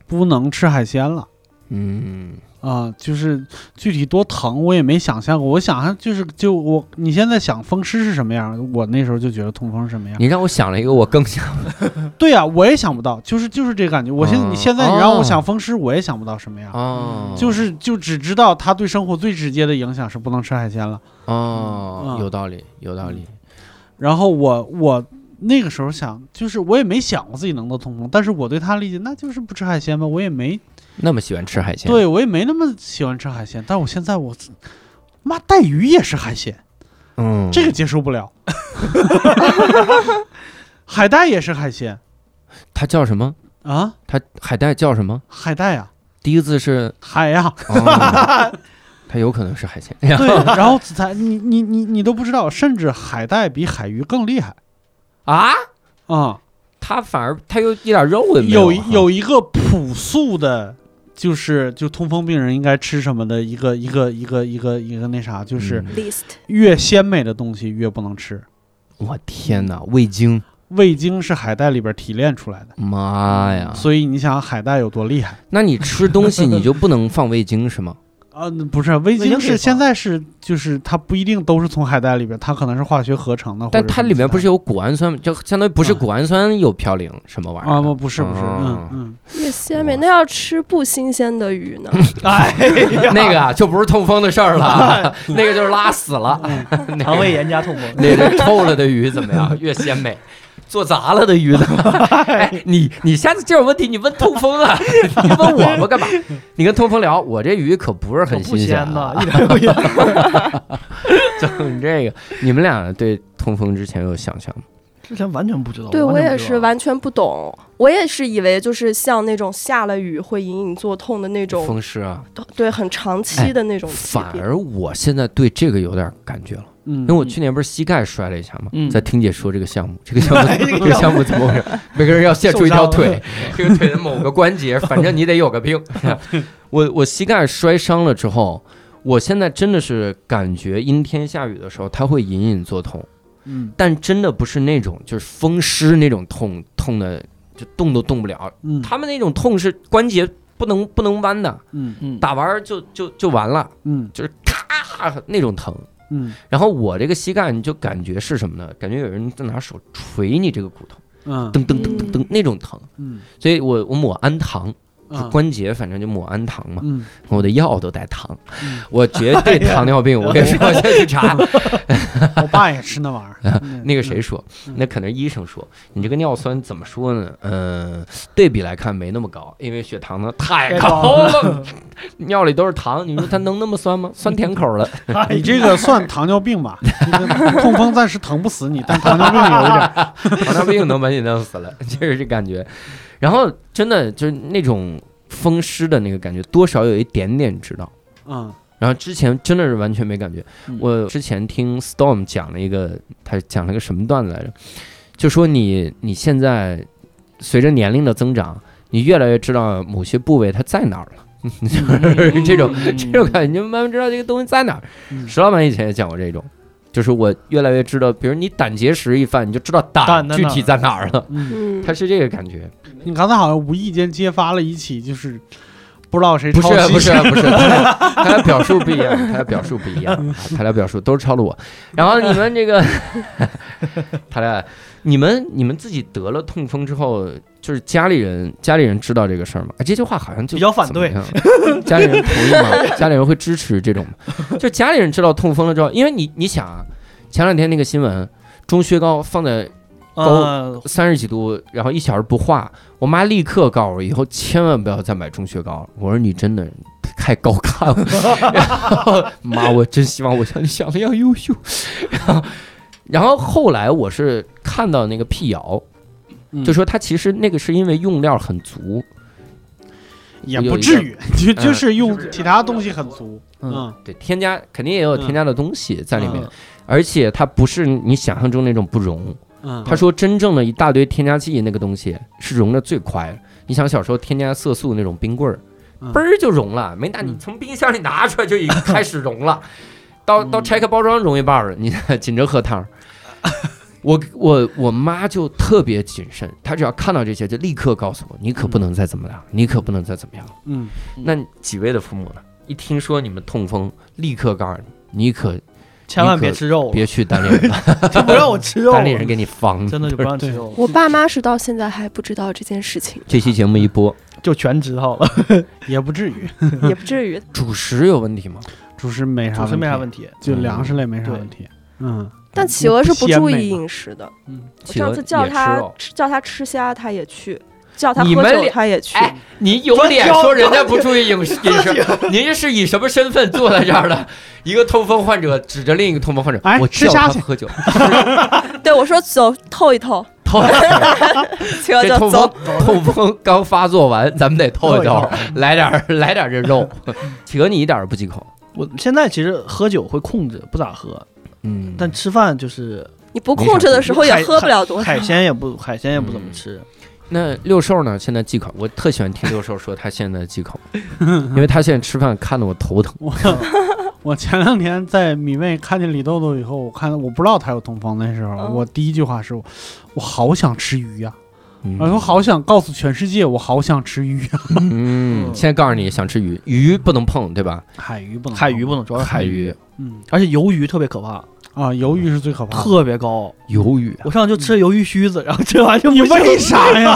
Speaker 3: 不能吃海鲜了，
Speaker 1: 嗯，
Speaker 3: 啊、就是具体多疼我也没想象过，我想象就是就我你现在想风湿是什么样，我那时候就觉得痛风是什么样。
Speaker 1: 你让我想了一个，我更想
Speaker 3: 对呀、我也想不到，就是就是这感觉。我现在、
Speaker 1: 嗯
Speaker 3: 你现在你让
Speaker 1: 哦
Speaker 3: 我想风湿，我也想不到什么样。
Speaker 1: 哦，
Speaker 3: 就是就只知道它对生活最直接的影响是不能吃海鲜了。
Speaker 1: 哦，
Speaker 3: 嗯
Speaker 1: 有道理，有道理，
Speaker 3: 然后我我那个时候想，就是我也没想过自己能得痛风，但是我对它理解那就是不吃海鲜吧，我也没
Speaker 1: 那么喜欢吃海鲜，
Speaker 3: 对我也没那么喜欢吃海鲜，但我现在我妈带鱼也是海鲜，
Speaker 1: 嗯，
Speaker 3: 这个接受不了。 <laughs> 海带也是海鲜
Speaker 1: 它叫什么？
Speaker 3: 啊，
Speaker 1: 它海带叫什么？
Speaker 3: 海带呀、
Speaker 1: 第一字 <laughs> 是，
Speaker 3: 海呀、
Speaker 1: 哦它有可能是海鲜，哎
Speaker 3: 对，然后才你你你你都不知道，甚至海带比海鱼更厉害
Speaker 1: 啊，
Speaker 3: 啊。
Speaker 1: 它反而它又一点肉也没
Speaker 3: 有
Speaker 1: 有哈
Speaker 3: 一有一个朴素的，就是就痛风病人应该吃什么的一个一个一个一个一个那啥，就是
Speaker 1: 嗯
Speaker 7: list
Speaker 3: 越鲜美的东西越不能吃。
Speaker 1: 我天哪，味精，
Speaker 3: 味精是海带里边提炼出来的，
Speaker 1: 妈呀！
Speaker 3: 所以你想海带有多厉害？
Speaker 1: 那你吃东西你就不能放味精是
Speaker 3: <laughs>
Speaker 1: 吗？
Speaker 3: 啊，不是，味
Speaker 6: 精
Speaker 3: 精
Speaker 6: 可以
Speaker 3: 是现
Speaker 6: 放
Speaker 3: 在是就是它不一定都是从海带里边，它可能是化学合成的。
Speaker 1: 但
Speaker 3: 或者
Speaker 1: 它
Speaker 3: 什
Speaker 1: 里
Speaker 3: 么
Speaker 1: 面
Speaker 3: 其
Speaker 1: 不
Speaker 3: 他
Speaker 1: 是有谷氨酸吗，就相当于不是
Speaker 3: 啊
Speaker 1: 谷氨酸有嘌呤什么玩意儿
Speaker 3: 啊？
Speaker 1: 的
Speaker 3: 不，不是不是，
Speaker 1: 哦
Speaker 3: 嗯嗯，
Speaker 7: 越鲜美，那要吃不新鲜的鱼呢？
Speaker 6: 哎 <laughs>
Speaker 1: <laughs>
Speaker 6: 呀，
Speaker 1: 那个啊就不是痛风的事儿了， <laughs> 那个就是拉死了，那
Speaker 6: 肠
Speaker 1: 个
Speaker 6: 胃炎加痛风，
Speaker 1: 那个臭了的鱼怎么样？越鲜美。做砸了的鱼呢？哎，你你下次这种问题你问痛风啊，你问我们干嘛？你跟痛风聊，我这鱼可不是
Speaker 6: 可
Speaker 1: 很
Speaker 6: 不
Speaker 1: 新鲜
Speaker 6: 鲜
Speaker 1: 啊
Speaker 6: 呐，一点不鲜。
Speaker 1: <laughs> 就你这个，你们俩对痛风之前有想象吗？
Speaker 6: 之前完全不知道，
Speaker 7: 对我
Speaker 6: 完全不
Speaker 7: 也
Speaker 6: 知
Speaker 7: 是
Speaker 6: 道
Speaker 7: 完全不懂，我也是以为就是像那种下了雨会隐隐作痛的那种，
Speaker 1: 风湿啊，
Speaker 7: 对，很长期的那种疾
Speaker 1: 反
Speaker 7: 病。
Speaker 1: 而我现在对这个有点感觉了，
Speaker 3: 嗯，
Speaker 1: 因为我去年不是膝盖摔了一下嘛，
Speaker 6: 嗯
Speaker 1: 在听姐说这个项目，这个项目
Speaker 6: 哎这
Speaker 1: <laughs> 这
Speaker 6: 个
Speaker 1: 个项目怎么回事？每个人要献出一条
Speaker 6: 受
Speaker 1: 腿， <laughs> 这个腿的某个关 <laughs> 节，反正你得有个病。我我膝盖摔伤了之后，我现在真的是感觉阴天下雨的时候，它会隐隐作痛，
Speaker 3: 嗯
Speaker 1: 但真的不是那种就是风湿那种痛，痛的就动都动不了。
Speaker 3: 嗯
Speaker 1: 他们那种痛是关节不能不能弯的，
Speaker 3: 嗯
Speaker 6: 嗯，
Speaker 1: 打完儿就就就完了，
Speaker 3: 嗯
Speaker 1: 就是咔那种疼。
Speaker 3: 嗯
Speaker 1: 然后我这个膝盖，你就感觉是什么呢？感觉有人在拿手捶你这个骨头，
Speaker 3: 嗯
Speaker 1: 噔噔噔噔噔那种疼。
Speaker 3: 嗯
Speaker 1: 所以我我抹氨糖，就
Speaker 3: 嗯
Speaker 1: 关节反正就抹氨糖嘛。
Speaker 3: 嗯
Speaker 1: 我的药都带糖
Speaker 3: 嗯，哎
Speaker 1: 我绝对糖尿
Speaker 3: <laughs>
Speaker 1: 病。我跟你说，我先去查。
Speaker 3: 我爸也吃那玩意儿。
Speaker 1: 那个谁说
Speaker 3: 嗯，
Speaker 1: 那可能是医生说，你这个尿酸怎么说呢？嗯，对比来看没那么高，因为血糖呢太高了， <laughs> 尿里都是糖。你说它能那么酸吗？酸甜口了。
Speaker 6: 哎
Speaker 3: 你这个算糖尿病吧？这个痛风暂时疼不死你，但糖尿病有一点儿。
Speaker 1: 糖尿病能把你弄死了， <laughs> 就是这感觉。然后真的就是那种风湿的那个感觉，多少有一点点知道。
Speaker 3: 嗯
Speaker 1: 然后之前真的是完全没感觉。
Speaker 6: 嗯
Speaker 1: 我之前听 Storm 讲了一个，他讲了个什么段子来着？就说你你现在随着年龄的增长，你越来越知道某些部位它在哪儿了。
Speaker 6: 嗯
Speaker 1: <laughs> 就是这种这种感觉，你就慢慢知道这个东西在哪儿。
Speaker 3: 嗯
Speaker 1: 石老板以前也讲过这种，就是我越来越知道，比如你胆结石一犯，你就知道
Speaker 6: 胆在
Speaker 1: 具
Speaker 6: 哪儿
Speaker 1: 体在哪儿了。
Speaker 3: 嗯，
Speaker 7: 嗯，
Speaker 1: 他是这个感觉，
Speaker 3: 你刚才好像无意间揭发了一起，就是不知道谁
Speaker 1: 不
Speaker 3: 抄
Speaker 1: 是啊
Speaker 3: 袭
Speaker 1: 不是不是，他俩 <laughs> 他俩表述不一样，他俩表述不一样，他俩表述都是抄了我。然后你们这 <laughs> 个，他俩，你们你们自己得了痛风之后，就是家里人家里人知道这个事儿吗？哎，这句话好像就
Speaker 6: 嗯比较反对
Speaker 1: 怎么样，家里人同意吗？家里人会支持这种吗？就家里人知道痛风了之后，因为你你想啊，前两天那个新闻，中薛高放在
Speaker 6: 呃，
Speaker 1: 三十几度，然后一小时不化，我妈立刻告诉我，以后千万不要再买中雪糕了。我说你真的太高看了，然后妈，我真希望我像你想的一样优秀。然后，然后后来我是看到那个辟谣，
Speaker 3: 嗯
Speaker 1: 就说它其实那个是因为用料很足，
Speaker 3: 也不至于，就就是用其他东西很足。
Speaker 1: 嗯
Speaker 3: 嗯，
Speaker 1: 对，添加肯定也有添加的东西在里面，
Speaker 3: 嗯
Speaker 1: 而且它不是你想象中那种不溶。
Speaker 3: 嗯，
Speaker 1: 他说真正的一大堆添加剂那个东西是溶的最快的。你想小时候添加色素那种冰棍儿，
Speaker 3: 嗯
Speaker 1: 嘣儿就溶了，没拿你从冰箱里拿出来就已经
Speaker 3: <laughs> 嗯 <laughs>
Speaker 1: 开始溶了，到到拆开包装溶一半儿，你紧着喝汤儿。我我我妈就特别谨慎，她只要看到这些就立刻告诉我，你可不能再怎么样，你可不能再怎么样。
Speaker 3: 嗯，
Speaker 1: 那几位的父母呢？一听说你们痛风，立刻告诉你，你可
Speaker 6: 千万别吃肉了，
Speaker 1: 别去单立
Speaker 6: <laughs>
Speaker 1: 人了，
Speaker 6: 他不让我吃肉了，
Speaker 1: 单立人给你防。
Speaker 6: <laughs> 真的就不让吃肉了，
Speaker 7: 我爸妈是到现在还不知道这件事情，
Speaker 1: <laughs> 这期节目一播，
Speaker 6: 就全吃好 <laughs> 了，
Speaker 3: 也不
Speaker 6: <laughs>
Speaker 3: 至于，
Speaker 7: 也不至于。
Speaker 1: 主食有问题吗？
Speaker 3: 主食没啥，
Speaker 6: 主食没啥问，题。
Speaker 3: 就粮食类没啥问题。嗯，
Speaker 7: 但企鹅是不注意饮食的。我
Speaker 1: 嗯企鹅
Speaker 7: 上次叫
Speaker 1: 也吃
Speaker 7: 他
Speaker 1: 肉
Speaker 7: 吃叫他吃虾，他也去；叫他
Speaker 1: 你
Speaker 7: 喝
Speaker 1: 们
Speaker 7: 酒，
Speaker 1: 俩
Speaker 7: 他也去。
Speaker 1: 哎你有脸说人家不注意饮食饮食？您是以什么身份坐在这儿的？ <laughs> 一个痛风患者指着另一个痛风患者，
Speaker 3: 哎
Speaker 1: 我
Speaker 3: 吃
Speaker 1: 叫
Speaker 3: 虾
Speaker 1: 他
Speaker 3: 去
Speaker 1: 喝酒，
Speaker 7: 对我说走透一透，
Speaker 1: 透
Speaker 7: 企鹅
Speaker 1: 这
Speaker 7: 就
Speaker 1: 痛
Speaker 7: <laughs> 走
Speaker 1: 风。痛风刚发作完，咱们得透一透
Speaker 6: 透，
Speaker 1: 来点儿来点儿这 <laughs> 肉。企鹅你一点儿都不忌口，
Speaker 6: 我现在其实喝酒会控制，不咋喝，
Speaker 1: 嗯，
Speaker 6: 但吃饭就是
Speaker 7: 你不控制的时候也
Speaker 6: 海
Speaker 7: 喝不了多少
Speaker 6: 海。鲜也不海鲜也不怎么吃，
Speaker 1: 那六兽呢？现在忌口，我特喜欢听六兽说他现在忌口，因为他现在吃饭看得我头疼。
Speaker 3: 我我前两天在米味看见李豆豆以后，我看我不知道他有痛风那时候，
Speaker 7: 嗯
Speaker 3: 我第一句话是我我好想吃鱼呀、
Speaker 1: 嗯
Speaker 3: 我说哎好想告诉全世界，我好想吃鱼啊！
Speaker 1: 嗯，现在告诉你，想吃鱼，鱼不能碰，对吧？
Speaker 3: 海鱼不能，
Speaker 6: 海鱼，不能，主要是
Speaker 1: 海
Speaker 6: 海
Speaker 1: 鱼，、
Speaker 3: 嗯
Speaker 6: 而且鱿鱼特别可怕，
Speaker 3: 啊，鱿鱼是最可怕的。
Speaker 6: 特别高。
Speaker 1: 鱿鱼，
Speaker 6: 我上次就吃鱿鱼须子，然后这玩意儿
Speaker 3: 你
Speaker 6: 不行哎
Speaker 3: 为啥
Speaker 6: <laughs>
Speaker 3: 呀？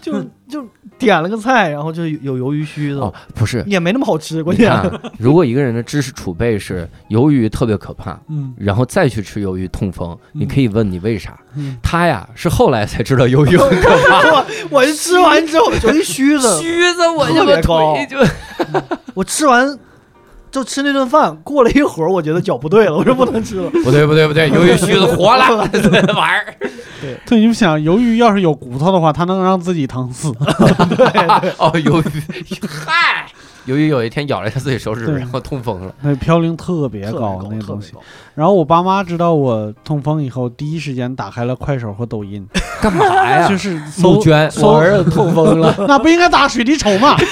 Speaker 6: 就就点了个菜，然后就有鱿鱼须
Speaker 1: 哦
Speaker 6: 子，，
Speaker 1: 不是，
Speaker 6: 也没那么好吃，关
Speaker 1: 你
Speaker 6: 键
Speaker 1: 看啊，如果一个人的知识储备是鱿鱼特别可怕，
Speaker 3: 嗯
Speaker 1: 然后再去吃鱿鱼痛风，你可以问你为啥。
Speaker 3: 嗯，
Speaker 1: 他呀是后来才知道鱿鱼很可怕，
Speaker 6: <laughs> 我是吃完之后鱿鱼须
Speaker 7: <laughs>
Speaker 6: 子，
Speaker 7: 须子，我
Speaker 6: 特
Speaker 7: 就
Speaker 6: 别高
Speaker 7: 腿就
Speaker 6: 我吃完就吃那顿饭，过了一会儿，我觉得脚不对了，我说不能吃了。
Speaker 1: 不对不对不对，鱿鱼须子活了，这玩意儿。
Speaker 3: <laughs> 对，你们想，鱿鱼要是有骨头的话，它能让自己疼死。 <laughs>
Speaker 1: 哦，鱿鱼，嗨，鱿鱼有一天咬了一下自己手指，
Speaker 3: 对
Speaker 1: 然后痛风了。
Speaker 3: 那嘌呤特别
Speaker 6: 特别
Speaker 3: 高
Speaker 6: 高
Speaker 3: 那个
Speaker 6: 特
Speaker 3: 东
Speaker 6: 别
Speaker 3: 西。
Speaker 6: 高
Speaker 3: 然后我爸妈知道我痛风以后，第一时间打开了快手和抖音，
Speaker 1: 干嘛哎呀？
Speaker 3: 就是搜
Speaker 1: 募捐，
Speaker 3: 搜
Speaker 1: 我儿子痛风了。
Speaker 3: 那不应该打水滴筹吗？ <laughs>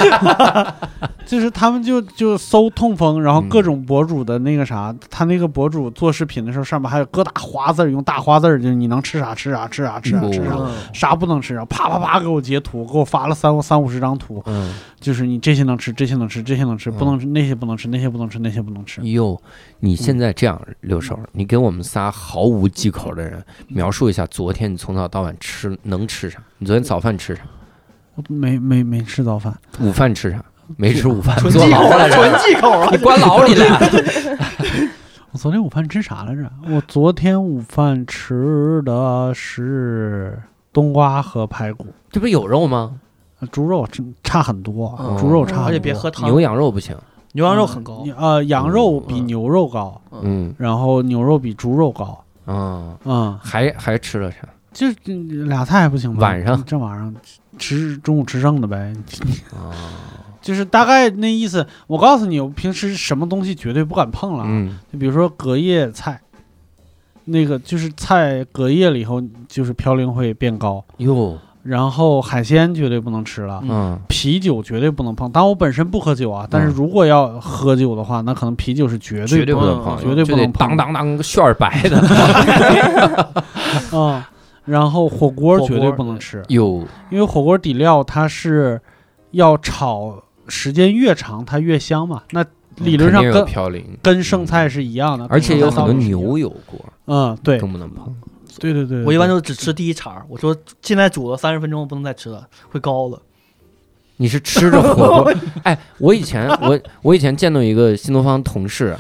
Speaker 3: 就是他们就就搜痛风，然后各种博主的那个啥，他那个博主做视频的时候，上面还有各大花字儿，用大花字儿，就是你能吃啥吃啥吃啥吃啥吃啥，
Speaker 6: 嗯
Speaker 3: 啥不能吃啥，啪啪啪给我截图，给我发了三三五十张图，
Speaker 1: 嗯，
Speaker 3: 就是你这些能吃，这些能吃，这些能吃，
Speaker 1: 嗯
Speaker 3: 不能吃那些不能吃，那些不能吃，那些不能吃。
Speaker 1: 哟，你现在这样，六婶儿，你给我们仨毫无忌口的人描述一下，昨天你从早到晚吃能吃啥？你昨天早饭吃啥？
Speaker 3: 我没没没吃早饭，
Speaker 1: 午饭吃啥？没吃午
Speaker 6: <laughs>
Speaker 1: 饭，
Speaker 6: 纯
Speaker 1: 坐
Speaker 6: 忌
Speaker 1: 牢
Speaker 6: 口
Speaker 1: 了，
Speaker 6: 了，
Speaker 1: 这
Speaker 6: 纯忌口了
Speaker 1: 你。 <laughs> 关牢里了。
Speaker 3: 我昨天午饭吃啥来着？我昨天午饭吃的是冬瓜和排骨。呃
Speaker 1: 这不有肉吗？
Speaker 3: 猪肉真差很多啊，
Speaker 1: 嗯
Speaker 3: 猪肉差很多，
Speaker 6: 而且别喝汤，
Speaker 1: 牛羊肉不行。
Speaker 6: 牛羊肉很高
Speaker 3: 你。呃，羊肉比牛肉高，
Speaker 1: 嗯
Speaker 3: 然后牛肉比猪肉高，
Speaker 1: 啊，
Speaker 3: 嗯，
Speaker 1: 还还吃了啥？
Speaker 3: 就是嗯俩菜不行吗？
Speaker 1: 晚上
Speaker 3: 这玩意儿吃中午吃剩的呗，
Speaker 1: 啊，
Speaker 3: 就是大概那意思。我告诉你，我平时什么东西绝对不敢碰了啊，
Speaker 1: 嗯，
Speaker 3: 就比如说隔夜菜，那个就是菜隔夜了以后，就是嘌呤会变高，
Speaker 1: 哟，
Speaker 3: 然后海鲜绝对不能吃了。
Speaker 1: 嗯
Speaker 3: 啤酒绝对不能碰，但我本身不喝酒啊。但是如果要喝酒的话，那可能啤酒是绝
Speaker 1: 绝对
Speaker 3: 不
Speaker 1: 不能
Speaker 6: 能
Speaker 1: 碰，
Speaker 6: 碰
Speaker 3: 绝对
Speaker 1: 就
Speaker 3: 不
Speaker 1: 得
Speaker 3: 能碰
Speaker 1: 当当当旋儿白的。
Speaker 3: <laughs> 啊、然后火锅
Speaker 6: 火锅
Speaker 3: 绝对不能吃，
Speaker 1: 哟，
Speaker 3: 因为火锅底料它是要炒时间越长它越香嘛。那理论上
Speaker 1: 肯定有
Speaker 3: 跟
Speaker 1: 嘌呤，
Speaker 3: 跟剩菜是一样的，
Speaker 1: 而且有很多
Speaker 3: 跟剩菜
Speaker 1: 牛油果，
Speaker 3: 嗯，对
Speaker 1: 更不能碰。
Speaker 3: 对对对，
Speaker 6: 我一般
Speaker 3: 对
Speaker 6: 就只吃第一茬，我说现在煮了三十分钟，不能再吃了，会高的。
Speaker 1: 你是吃着火
Speaker 6: <laughs>
Speaker 1: 锅？哎，我以前我我以前见到一个新东方同事，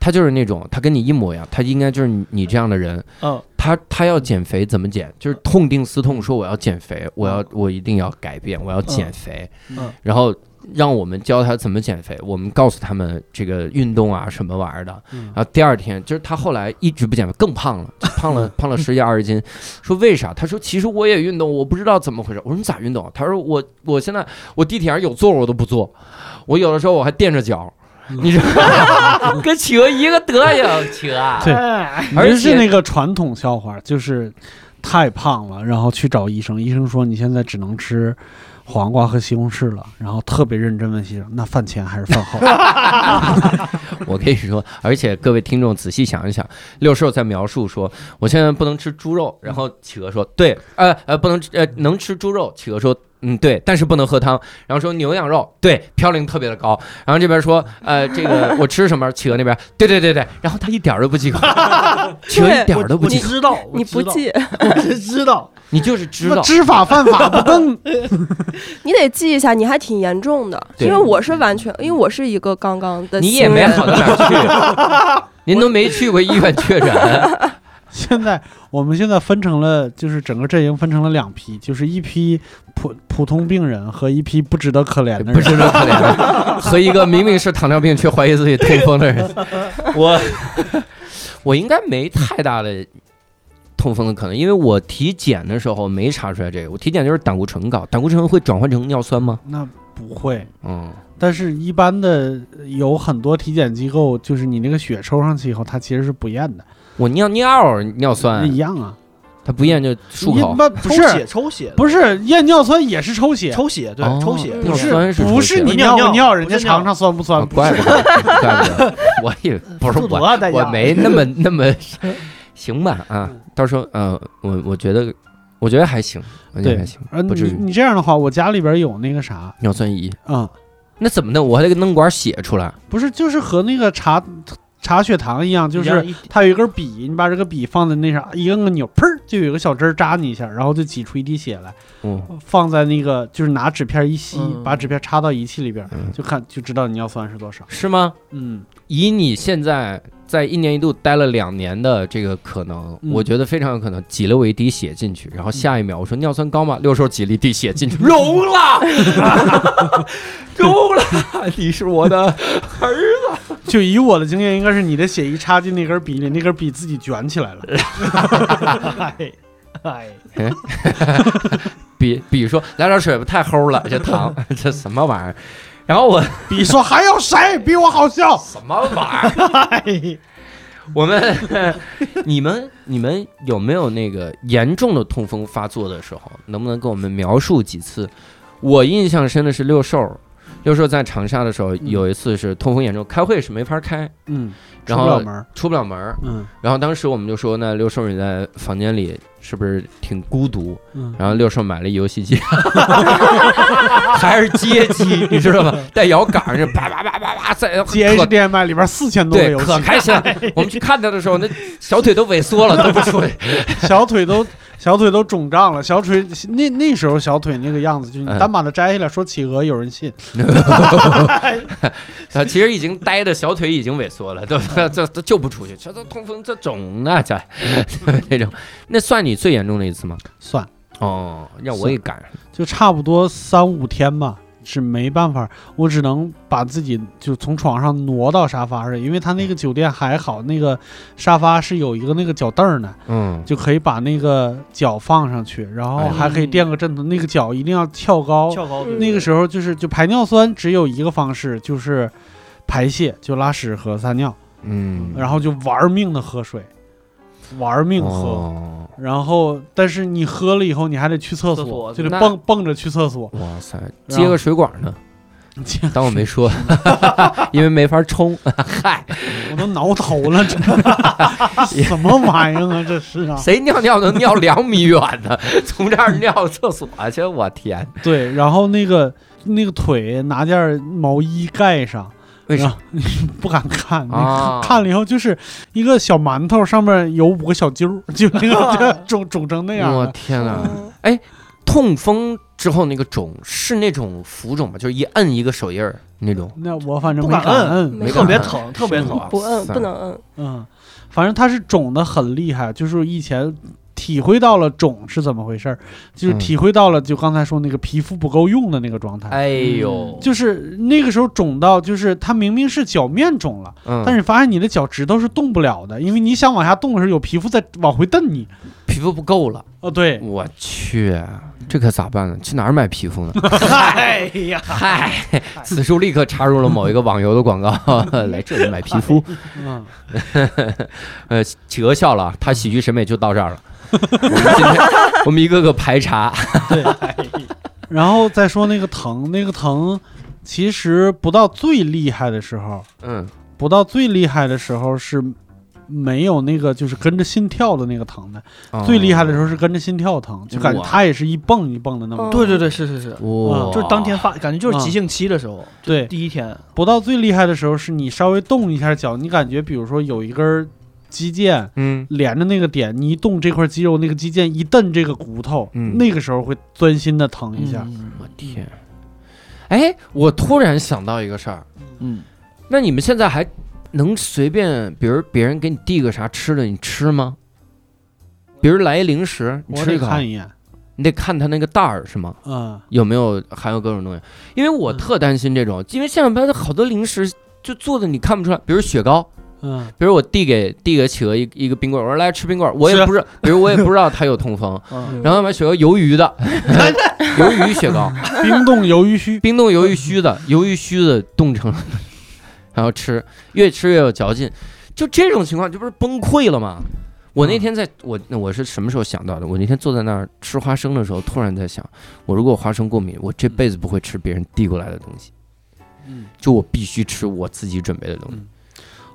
Speaker 1: 他就是那种，他跟你一模一样，他应该就是你你这样的人。
Speaker 6: 嗯，
Speaker 1: 他他要减肥怎么减？就是痛定思痛，说我要减肥，我要我一定要改变，我要减肥。
Speaker 6: 嗯
Speaker 1: 然后让我们教他怎么减肥，我们告诉他们这个运动啊什么玩意儿的。
Speaker 3: 嗯
Speaker 1: 然后第二天，就是他后来一直不减肥，更胖
Speaker 3: <laughs>
Speaker 1: 了，就胖了胖了十几二十斤。说为啥？他说其实我也运动，我不知道怎么回事。我说你咋运动？啊他说我我现在我地铁上有座儿我都不坐，我有的时候我还垫着脚。
Speaker 3: 嗯
Speaker 1: 你
Speaker 3: <laughs>
Speaker 1: 知道，跟企鹅一个德行，企鹅。啊
Speaker 3: <laughs> 对
Speaker 6: 哎
Speaker 3: 你
Speaker 1: 而
Speaker 3: 这是
Speaker 1: 且
Speaker 3: 那个传统笑话，就是太胖了，然后去找医生，医生说你现在只能吃黄瓜和西红柿了，然后特别认真问先生，那饭前还是饭后？
Speaker 1: <laughs> 我跟你说，而且各位听众仔细想一想，六兽在描述说，我现在不能吃猪肉，然后企鹅说，对，呃呃，不能吃，呃，能吃猪肉，企鹅说。嗯，对，但是不能喝汤。然后说牛羊肉，对，嘌呤特别的高。然后这边说，呃，这个我吃什么？企鹅那边，对对对对。然后他一点儿都不忌口，企鹅一点儿都不
Speaker 6: 我
Speaker 1: 忌口，
Speaker 6: 知道，我
Speaker 7: 你不
Speaker 6: 知道，
Speaker 7: 记，
Speaker 6: 我就知道，
Speaker 1: 你就是 <laughs> 知
Speaker 3: 那
Speaker 1: 道。
Speaker 3: 知法犯法不更？ <laughs>
Speaker 7: 你得记一下，你还挺严重的，
Speaker 1: 对
Speaker 7: 因为我是完全，因为我是一个刚刚的
Speaker 1: 你
Speaker 7: 新
Speaker 1: 也没
Speaker 7: 人
Speaker 1: 好到哪儿去，您都没去过医院确诊，
Speaker 3: 现在我们现在分成了，就是整个阵营分成了两批，就是一批普普通病人和一批不值得可怜的
Speaker 1: 不
Speaker 3: 人。
Speaker 1: 是这可怜的，和一个明明是糖尿病却怀疑自己痛风的人，我我应该没太大的痛风的可能，因为我体检的时候没查出来这个，我体检就是胆固醇高，胆固醇会转换成尿酸吗？
Speaker 3: 那不会，
Speaker 1: 嗯，
Speaker 3: 但是一般的呃有很多体检机构，就是你那个血抽上去以后，它其实是不验的，
Speaker 1: 我尿尿尿
Speaker 3: 那
Speaker 1: 酸
Speaker 3: 一，样啊。
Speaker 1: 他不验就漱
Speaker 3: 一
Speaker 1: 口，
Speaker 3: 般不
Speaker 6: 抽
Speaker 3: 是
Speaker 6: 血，抽血，
Speaker 3: 不是验尿酸也是抽血，
Speaker 6: 抽血，对
Speaker 1: 哦，
Speaker 6: 抽血，
Speaker 1: 尿
Speaker 3: 不是
Speaker 1: 酸是
Speaker 3: 不是
Speaker 1: 抽血
Speaker 3: 你
Speaker 6: 血
Speaker 3: 尿
Speaker 6: 尿
Speaker 3: 不
Speaker 6: 尿
Speaker 3: 尿，人
Speaker 6: 不
Speaker 3: 家
Speaker 6: 是尿
Speaker 3: 尝尝酸不
Speaker 1: 啊
Speaker 3: 酸？
Speaker 1: 怪不得，怪不得，我以为不是
Speaker 6: 付
Speaker 1: 我
Speaker 6: 多大代价？
Speaker 1: 我没那么那么， <laughs> 行吧啊，到时候呃，我我觉得，我觉得还行，我觉得
Speaker 3: 对
Speaker 1: 还行，
Speaker 3: 呃，
Speaker 1: 啊不
Speaker 3: 你
Speaker 1: 至于
Speaker 3: 你这样的话，我家里边有那个啥啊、
Speaker 1: 尿酸一，
Speaker 3: 嗯，
Speaker 1: 那怎么弄？我还得弄管血出来，
Speaker 3: 不是，就是和那个查查血糖一样，就
Speaker 6: 一样
Speaker 3: 是
Speaker 6: 一
Speaker 3: 它有一根笔，你把这个笔放在那啥，一摁个钮，砰儿就有个小针儿扎你一下，然后就挤出一滴血来，
Speaker 1: 嗯，
Speaker 3: 放在那个就是拿纸片一吸，
Speaker 6: 嗯
Speaker 3: 把纸片插到仪器里边，
Speaker 1: 嗯
Speaker 3: 就看就知道你尿酸是多少。
Speaker 1: 是吗？
Speaker 3: 嗯，
Speaker 1: 以你现在在一年一度待了两年的这个可能，
Speaker 3: 嗯
Speaker 1: 我觉得非常有可能挤了我一滴血进去，然后下一秒我说尿酸高吗？六兽挤了一滴血 <laughs> 进去，融了，融了，你是我的儿子。
Speaker 3: 就以我的经验，应该是你的血一插进那根笔里，那根笔自己卷起来
Speaker 1: <laughs>
Speaker 3: 了。
Speaker 6: 哎，
Speaker 1: 比比如说来点水吧，太齁了，这糖 <laughs> 这什么玩意儿？然后我
Speaker 3: 笔说还有谁比我好笑？
Speaker 1: <laughs> 什么玩意儿？ <laughs> 我们 <laughs> 你们你们有没有那个严重的痛风发作的时候？能不能给我们描述几次？我印象深的是六兽，六兽在长沙的时候有一次是痛风严重，开会是没法开，
Speaker 3: 嗯，
Speaker 1: 然后
Speaker 3: 出不了门儿。
Speaker 1: 出不了门儿。
Speaker 3: 嗯
Speaker 1: 然后当时我们就说，那六兽你在房间里是不是挺孤独？
Speaker 3: 嗯，
Speaker 1: 然后六兽买了一游戏
Speaker 3: <laughs>
Speaker 1: 机，还是街机，你知道吗？
Speaker 3: <laughs>
Speaker 1: 带摇杆儿，就叭叭叭叭叭，在可
Speaker 3: GHDMI 里边四千多个
Speaker 1: 对
Speaker 3: 游
Speaker 1: 可
Speaker 3: 戏，
Speaker 1: 开
Speaker 3: <laughs>
Speaker 1: 心了。我们去看他的时候，那小腿都萎缩了，都不
Speaker 3: <laughs>
Speaker 1: 出去。 <laughs>
Speaker 3: 小腿都小腿都肿胀了，小腿那那时候小腿那个样子，就是你
Speaker 1: 嗯
Speaker 3: 单把它摘下来说企鹅，有人信。
Speaker 1: 啊，其实已经呆的小腿已经萎缩了， <laughs> 都
Speaker 3: 嗯
Speaker 1: 这这就不出去，这都痛风这肿呢，这 <laughs> 这种，那算你最严重的一次吗？
Speaker 3: 算，
Speaker 1: 哦，让我也赶上，
Speaker 3: 就差不多三五天吧，是没办法，我只能把自己就从床上挪到沙发上，因为他那个酒店还好，那个沙发是有一个那个脚凳儿的，
Speaker 1: 嗯，
Speaker 3: 就可以把那个脚放上去，然后
Speaker 1: 哎
Speaker 3: 还可以垫个枕头，那个脚一定要翘高，
Speaker 6: 跳高
Speaker 7: 嗯
Speaker 3: 那个时候就是就排尿酸只有一个方式，就是排泄，就拉屎和撒尿，
Speaker 1: 嗯，
Speaker 3: 然后就玩命的喝水，玩命喝。
Speaker 1: 哦，
Speaker 3: 然后，但是你喝了以后，你还得去厕所，
Speaker 6: 厕所
Speaker 3: 就得
Speaker 1: 那
Speaker 3: 蹦蹦着去
Speaker 1: <laughs>
Speaker 3: 厕所。
Speaker 1: 哇塞，
Speaker 3: 然后
Speaker 1: 接个水管呢。当我没说， <laughs> 因为没法
Speaker 3: <laughs>
Speaker 1: 冲。嗨，
Speaker 3: 我都挠头了， <laughs> 这什么玩意儿啊？这是啊。
Speaker 1: 谁尿尿能尿两米远呢？ <laughs> 从这儿尿厕所去，我天！
Speaker 3: 对，然后那个那个腿拿件毛衣盖上，
Speaker 1: 为啥
Speaker 3: 然后 <laughs> 不敢看，你看
Speaker 1: 啊
Speaker 3: 看了以后就是一个小馒头，上面有五个小揪儿，就那 <laughs> 个就肿肿成那样
Speaker 1: 我
Speaker 3: 了。
Speaker 1: 天哪！
Speaker 3: 哦
Speaker 7: 嗯
Speaker 1: 痛风之后那个肿是那种浮肿吧？就是一摁一个手印儿那种。
Speaker 3: 那我反正
Speaker 6: 不
Speaker 3: 没
Speaker 6: 敢摁
Speaker 3: 摁，
Speaker 1: 没
Speaker 6: 特别
Speaker 1: 敢看
Speaker 6: 疼，特别
Speaker 1: 是
Speaker 6: 疼
Speaker 1: 吗。
Speaker 7: 不摁
Speaker 1: 塞
Speaker 7: 不能摁，
Speaker 3: 嗯，反正它是肿的很厉害，就是以前体会到了肿是怎么回事儿，就是
Speaker 1: 嗯
Speaker 3: 体会到了就刚才说那个皮肤不够用的那个状态。
Speaker 1: 哎呦，
Speaker 3: 就是那个时候肿到，就是它明明是脚面肿了，
Speaker 1: 嗯，
Speaker 3: 但是你发现你的脚趾头是动不了的，因为你想往下动的时候，有皮肤在往回蹬你。
Speaker 1: 皮肤不够了，
Speaker 3: 哦，对，
Speaker 1: 我去，这可咋办呢？去哪儿买皮肤
Speaker 3: <laughs>
Speaker 1: 呢？
Speaker 6: 哎呀，
Speaker 1: 嗨，此处立刻插入了某一个网游的广告， <laughs> 来这里买皮肤。
Speaker 3: 嗯，
Speaker 1: 呃，企鹅笑了，他喜剧
Speaker 3: <laughs>
Speaker 1: 审美就到这儿了。我们今天我们一个个排查，
Speaker 3: 对。然后再说那个疼，那个疼其实不到最厉害的时候，
Speaker 1: 嗯
Speaker 3: 不到最厉害的时候是没有那个就是跟着心跳的那个疼的，最厉害的时候是跟着心跳疼，就感觉
Speaker 1: 哦哇
Speaker 3: 它也是一蹦一蹦的那么疼。
Speaker 7: 嗯
Speaker 6: 对对对，是是是，
Speaker 1: 哦，哇
Speaker 6: 就是当天发，感觉
Speaker 3: 嗯
Speaker 6: 就是急性期的时候，
Speaker 3: 对，
Speaker 6: 第一天，
Speaker 3: 不到最厉害的时候是你稍微动一下脚，你感觉比如说有一根儿肌腱
Speaker 1: 嗯
Speaker 3: 连着那个点，你一动这块肌肉，那个肌腱一蹬这个骨头，
Speaker 1: 嗯
Speaker 3: 那个时候会钻心的疼一下。
Speaker 6: 嗯
Speaker 1: 我天，哎，我突然想到一个事儿，
Speaker 6: 嗯，
Speaker 1: 那你们现在还能随便，比如别人给你递个啥吃的，你吃吗？比如来一零食，你
Speaker 3: 我
Speaker 1: 吃
Speaker 3: 得
Speaker 1: 一口，啊
Speaker 3: 看一眼，
Speaker 1: 你得看他那个袋儿是吗？
Speaker 3: 嗯，
Speaker 1: 有没有含有各种东西？因为我
Speaker 3: 嗯
Speaker 1: 特担心这种，因为现在班的好多零食就做的你看不出来，比如雪糕，
Speaker 3: 嗯，
Speaker 1: 比如我递给递给企鹅一一个冰棍儿，我说来吃冰棍儿，我也
Speaker 6: 吃
Speaker 1: 不知，比如我也不知道它有痛风，
Speaker 6: 嗯
Speaker 1: 然后买雪糕鱿鱼的，鱿鱼雪糕，
Speaker 3: 冰冻鱿鱼须，
Speaker 1: 冰冻鱿鱼须的，鱿鱼须的冻成了，然后吃，越吃越有嚼劲，就这种情况，这不是崩溃了吗？我那天在我我是什么时候想到的？我那天坐在那儿吃花生的时候，突然在想，我如果花生过敏，我这辈子不会吃别人递过来的东西，
Speaker 3: 嗯，
Speaker 1: 就我必须吃我自己准备的东西。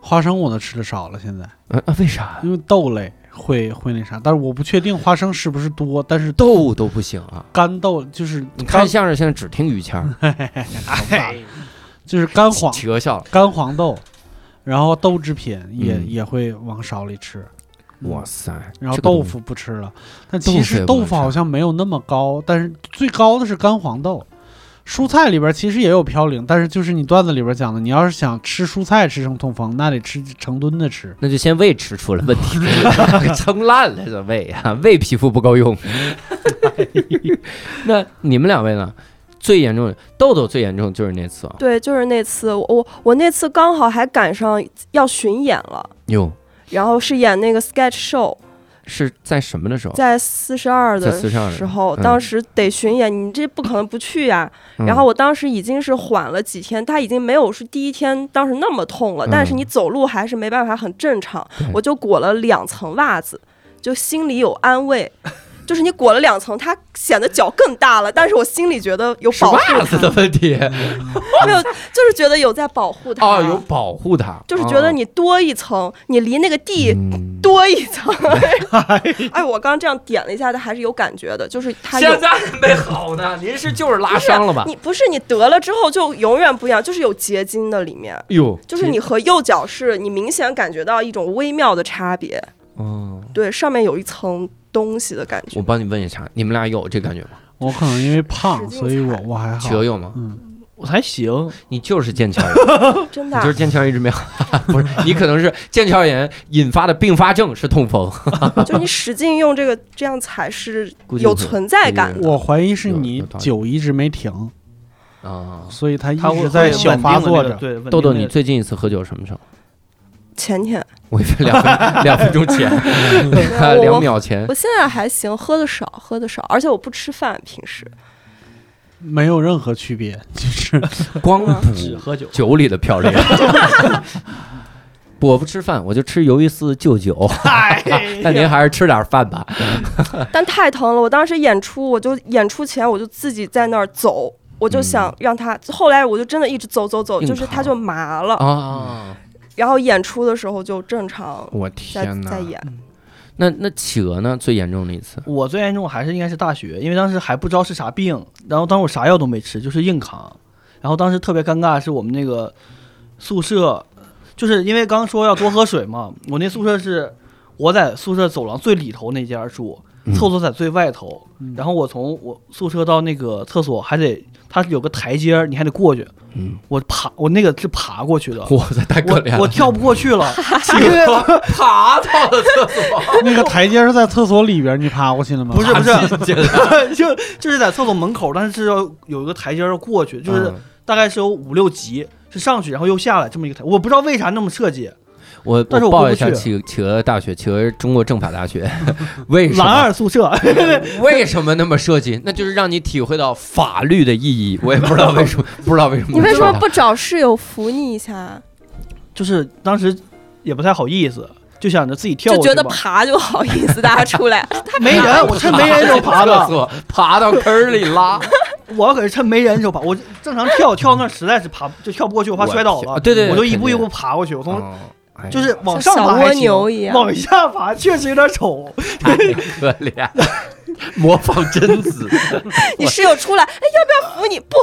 Speaker 3: 花生我都吃的少了，现在
Speaker 1: 啊啊，为啥？
Speaker 3: 因为豆类会会那啥，但是我不确定花生是不是多，但是
Speaker 1: 豆都不行啊！
Speaker 3: 干豆就是
Speaker 1: 你
Speaker 3: 干
Speaker 1: 看相声现在只听于谦儿，
Speaker 3: 哎
Speaker 6: 哎
Speaker 3: 就是干黄
Speaker 1: 企鹅笑了。
Speaker 3: 干黄豆，然后豆制品也、
Speaker 1: 嗯
Speaker 3: 也会往少里吃，
Speaker 1: 哇塞！
Speaker 3: 嗯然后
Speaker 1: 这个东
Speaker 3: 豆
Speaker 1: 西
Speaker 3: 腐不吃了，但
Speaker 1: 豆
Speaker 3: 其
Speaker 1: 腐
Speaker 3: 实
Speaker 1: 也不
Speaker 3: 豆
Speaker 1: 能
Speaker 3: 腐好
Speaker 1: 吃
Speaker 3: 像没有那么高，但是最高的是干黄豆。蔬菜里边其实也有嘌呤，但是就是你段子里边讲的，你要是想吃蔬菜吃成痛风，那得吃成吨的吃。
Speaker 1: 那就先胃吃出了问
Speaker 3: <laughs>
Speaker 1: 题， <laughs> 撑烂了这胃啊，胃皮肤不够
Speaker 3: <laughs>
Speaker 1: 用。那你们两位呢？最严重的痘痘最严重就是那次啊，
Speaker 7: 对，就是那次我我我那次刚好还赶上要巡演了，
Speaker 1: 哟，
Speaker 7: 然后是演那个 sketch show，
Speaker 1: 是在什么的时候？
Speaker 7: 在四十二
Speaker 1: 在
Speaker 7: 的
Speaker 1: 42的
Speaker 7: 时候，
Speaker 1: 嗯
Speaker 7: 当时得巡演，你这不可能不去呀、
Speaker 1: 嗯
Speaker 7: 然后我当时已经是缓了几天，它已经没有是第一天当时那么痛了，
Speaker 1: 嗯
Speaker 7: 但是你走路还是没办法很正常
Speaker 1: 对，
Speaker 7: 我就裹了两层袜子，就心里有安慰。 <laughs> 就是你裹了两层，它显得脚更大了，但是我心里觉得有
Speaker 1: 是
Speaker 7: 保护
Speaker 1: <laughs> 袜子的问题
Speaker 7: 嗯它，没有，就是觉得有在保护它，
Speaker 1: 哦，有保护它，
Speaker 7: 就是觉得
Speaker 1: 哦
Speaker 7: 你多一层，你离那个地
Speaker 1: 嗯
Speaker 7: 多一
Speaker 1: <laughs>
Speaker 7: 层。哎，我刚这样点了一下，它还是有感觉的，就是它有
Speaker 1: 现在还没好呢，您是就是拉伤了吧？
Speaker 7: 你不是你得了之后就永远不一样，就是有结晶的里面，
Speaker 1: 哟，
Speaker 7: 就是你和右脚是你明显感觉到一种微妙的差别，
Speaker 1: 哦，
Speaker 7: 对，上面有一层东西的感
Speaker 1: 我
Speaker 7: 觉。
Speaker 1: 帮你问一下，你们俩有这感觉吗？
Speaker 3: 我可能因为胖，
Speaker 7: 使劲
Speaker 3: 所以我
Speaker 7: 踩
Speaker 3: 我还好
Speaker 1: 企。鹅有吗？
Speaker 3: 嗯，
Speaker 6: 我还行，
Speaker 1: 你就是腱鞘炎。
Speaker 7: 真的
Speaker 1: 你
Speaker 7: 啊、
Speaker 1: 就是腱鞘炎一直没好， <laughs> 不是你可能是腱鞘炎引发的并发症是痛风，
Speaker 7: 啊就是你使劲用这个这样踩是
Speaker 1: 估计
Speaker 7: 有
Speaker 1: 会
Speaker 7: 存在感的。
Speaker 3: 我怀疑是
Speaker 1: 有
Speaker 3: 你
Speaker 1: 有道理嗯
Speaker 3: 酒一直没停，
Speaker 1: <laughs> 啊。
Speaker 3: 所以它一
Speaker 6: 它会
Speaker 3: 直在
Speaker 6: 会
Speaker 3: 小
Speaker 6: 稳定
Speaker 3: 发
Speaker 6: 的
Speaker 3: 作
Speaker 6: 那个
Speaker 3: 着。
Speaker 6: 对，稳定
Speaker 1: 豆豆，
Speaker 6: 那
Speaker 1: 你
Speaker 6: 个
Speaker 1: 最近一次喝酒什么时候？
Speaker 7: 前天
Speaker 1: <laughs> 我以为两分两分钟
Speaker 7: <laughs>
Speaker 1: 前， <laughs>
Speaker 7: 我
Speaker 1: 两
Speaker 7: 我
Speaker 1: 秒前
Speaker 7: 我现在还行，喝的少，喝的少，而且我不吃饭，平时
Speaker 3: 没有任何区别，就是 <laughs>
Speaker 1: 光补
Speaker 6: 只喝酒，
Speaker 1: <laughs>
Speaker 6: <laughs>
Speaker 1: 酒里的嘌
Speaker 7: <laughs>
Speaker 1: 呤。我不吃饭，我就吃鱿鱼丝就
Speaker 7: <laughs>
Speaker 1: 酒。
Speaker 6: 哎
Speaker 3: <laughs>
Speaker 1: 那您还是吃点饭吧。
Speaker 7: 但太疼了。我当时演出，我就演出前我就自己在那儿走，我就想让他。后来我就真的一直走走
Speaker 1: 嗯
Speaker 7: 走，
Speaker 1: 硬
Speaker 7: 就是
Speaker 1: 扛
Speaker 7: 他就麻了。
Speaker 1: 啊！
Speaker 7: 然后演出的时候就正常
Speaker 1: 我
Speaker 7: 再
Speaker 1: 天哪
Speaker 7: 再！演。
Speaker 1: 那那企鹅呢？最严重的一次，
Speaker 6: 我最严重还是应该是大学，因为当时还不知道是啥病，然后当时我啥药都没吃，就是硬扛。然后当时特别尴尬，是我们那个宿舍，就是因为刚说要多喝水嘛， <laughs> 我那宿舍是我在宿舍走廊最里头那间住，
Speaker 1: 嗯
Speaker 6: 厕所在最外头，然后我从我宿舍到那个厕所还得，它是有个台阶儿，你还得过去。
Speaker 1: 嗯，
Speaker 6: 我爬，我那个是爬
Speaker 1: <laughs>
Speaker 6: 过去的，
Speaker 1: 我操，太可怜
Speaker 6: 我
Speaker 1: 了。
Speaker 6: 我跳不过去了， <laughs> 因为
Speaker 1: <laughs> 爬到了厕所，
Speaker 3: 那个台阶是在厕所里边，你爬过去
Speaker 1: 嗯
Speaker 3: 了吗？
Speaker 6: 不是不是
Speaker 1: 爬进去了
Speaker 6: <laughs> 就就是在厕所门口，但是要有一个台阶儿要过去，就是。
Speaker 1: 嗯
Speaker 6: 大概是有五六级，是上去然后又下来这么一个台，我不知道为啥那么设计。
Speaker 1: 我
Speaker 6: 但是我
Speaker 1: 报
Speaker 6: 过
Speaker 1: 一
Speaker 6: 不
Speaker 1: 下
Speaker 6: 去
Speaker 1: 企企鹅大学，企鹅是中国政法大学，
Speaker 6: <laughs>
Speaker 1: 为什
Speaker 6: 蓝
Speaker 1: 么
Speaker 6: 二宿舍， <laughs>
Speaker 1: 为什么那么设计？那就是让你体会到法律的意义。我也不知道为什么，不知道为什么。
Speaker 7: 你为什么不找室友扶你一下？啊
Speaker 6: 就是当时也不太好意思，就想着自己跳
Speaker 7: 就
Speaker 6: 过
Speaker 7: 觉
Speaker 6: 去
Speaker 7: 得
Speaker 6: 吧。
Speaker 7: 爬就好意思，大家出来。
Speaker 6: 没人，我趁没人时候爬
Speaker 1: 哎厕
Speaker 6: 的。
Speaker 1: 所，爬到坑儿里拉？
Speaker 6: <laughs> 我要可是趁没人的时候爬，我正常跳跳那儿实在是爬就跳不过去，我怕
Speaker 1: 我
Speaker 6: 摔倒
Speaker 1: 天
Speaker 6: 了，
Speaker 1: 对对对
Speaker 6: 我就一步
Speaker 1: 肯
Speaker 6: 一
Speaker 1: 定
Speaker 6: 步爬过去，我从
Speaker 1: 哦哎呀
Speaker 6: 就是往上
Speaker 7: 像
Speaker 6: 爬
Speaker 7: 小
Speaker 6: 还
Speaker 7: 蜗
Speaker 6: 行
Speaker 7: 牛一样。
Speaker 6: 往下爬确实有点丑，
Speaker 1: 太可怜了，模仿贞
Speaker 6: <laughs>
Speaker 1: 子，
Speaker 7: 你室友出来，哎，要不要扶你？不，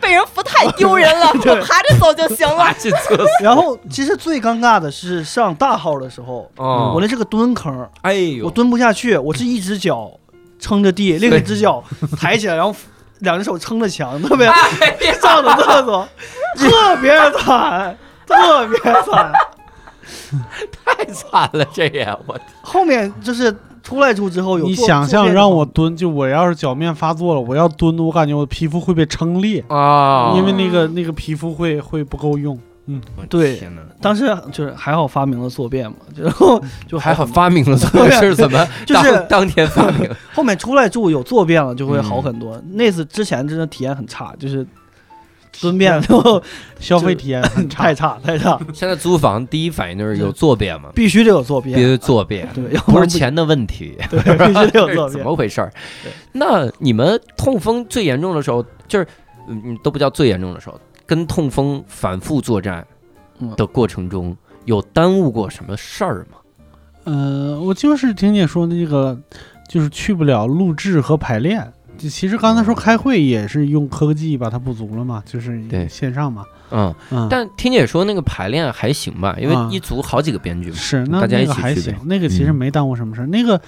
Speaker 7: 被人扶太丢人了，我爬着走就行了
Speaker 1: 爬。进厕所。
Speaker 6: <laughs> 然后其实最尴尬的是上大号的时候，
Speaker 1: 哦
Speaker 6: 我那是个蹲坑，
Speaker 1: 哎
Speaker 6: 我
Speaker 1: 呦，
Speaker 6: 蹲不下去，我是一只脚撑着地，另一只脚抬起来，然后两只手撑着墙，特别上的厕所，特别惨，特别惨。
Speaker 1: 太惨了，这也我
Speaker 6: 后面就是出来住之后有
Speaker 3: 你
Speaker 6: 坐
Speaker 3: 想
Speaker 6: 坐
Speaker 3: 象
Speaker 6: 便
Speaker 3: 让
Speaker 6: 的
Speaker 3: 我蹲，就我要是脚面发作了，我要蹲，我感觉我皮肤会被撑裂，
Speaker 1: 啊
Speaker 3: 因为那个那个皮肤会会不够用。
Speaker 6: 对
Speaker 1: 哦天哪
Speaker 6: 当时就是还好发明了坐便嘛，然后就
Speaker 1: 还好发明了这个
Speaker 6: <laughs>
Speaker 1: 事儿，怎么
Speaker 6: 啊就是
Speaker 1: 当当天发明？
Speaker 6: 后面出来住有坐便了就会好很多。
Speaker 1: 嗯
Speaker 6: 那次之前真的体验很差，就是蹲便然后
Speaker 3: 消费体验很差
Speaker 6: 太，差太差，
Speaker 1: 现在租房第一反应就是有坐便吗？
Speaker 6: 必须得有坐便，
Speaker 1: 别坐便，
Speaker 6: 对，要
Speaker 1: 不
Speaker 6: 然
Speaker 1: 是钱的问题，
Speaker 6: 对，必须得有
Speaker 1: 这
Speaker 6: 坐
Speaker 1: 是 <laughs> 怎
Speaker 6: 便。
Speaker 1: 么回事儿
Speaker 6: 对？
Speaker 1: 那你们痛风最严重的时候，就是嗯嗯都不叫最严重的时候，跟痛风反复作战
Speaker 6: 嗯
Speaker 1: 的过程中，有耽误过什么事儿吗？
Speaker 3: 嗯、我就是听姐说那个，就是去不了录制和排练。就其实刚才说开会也是用科技把它补足了嘛，就是
Speaker 1: 对
Speaker 3: 线上嘛。
Speaker 1: 嗯，
Speaker 3: 嗯，
Speaker 1: 但听姐说那个排练还行吧，因为
Speaker 3: 啊
Speaker 1: 一组好几个编剧嘛。
Speaker 3: 是那
Speaker 1: 大家
Speaker 3: 那
Speaker 1: 一
Speaker 3: 个
Speaker 1: 起
Speaker 3: 还
Speaker 1: 去
Speaker 3: 行
Speaker 1: 呗，
Speaker 3: 那个其实
Speaker 1: 嗯
Speaker 3: 没耽误什么事儿。那个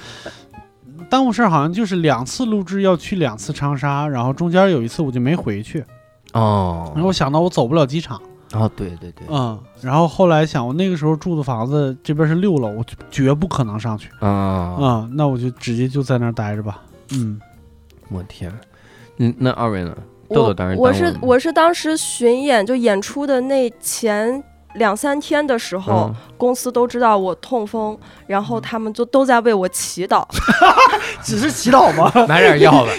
Speaker 3: 耽误事儿好像就是两次录制要去两次长沙，然后中间有一次我就没回去，
Speaker 1: 哦
Speaker 3: 然后我想到我走不了机场。
Speaker 1: 哦，对对对，
Speaker 3: 嗯，然后后来想，我那个时候住的房子这边是六楼，我就绝不可能上去
Speaker 1: 啊、
Speaker 3: 啊、嗯那我就直接就在那儿待着吧。嗯，
Speaker 1: 我天，嗯，那二位呢？
Speaker 7: 我
Speaker 1: <laughs> 豆豆当然
Speaker 7: 我
Speaker 1: 耽误
Speaker 7: 是
Speaker 1: 了
Speaker 7: 我是当时巡演就演出的那前两三天的时候，
Speaker 1: 嗯
Speaker 7: 公司都知道我痛风，然后他们就都在为我祈祷。
Speaker 6: 只是祈祷吗？
Speaker 1: 嗯买点药吧，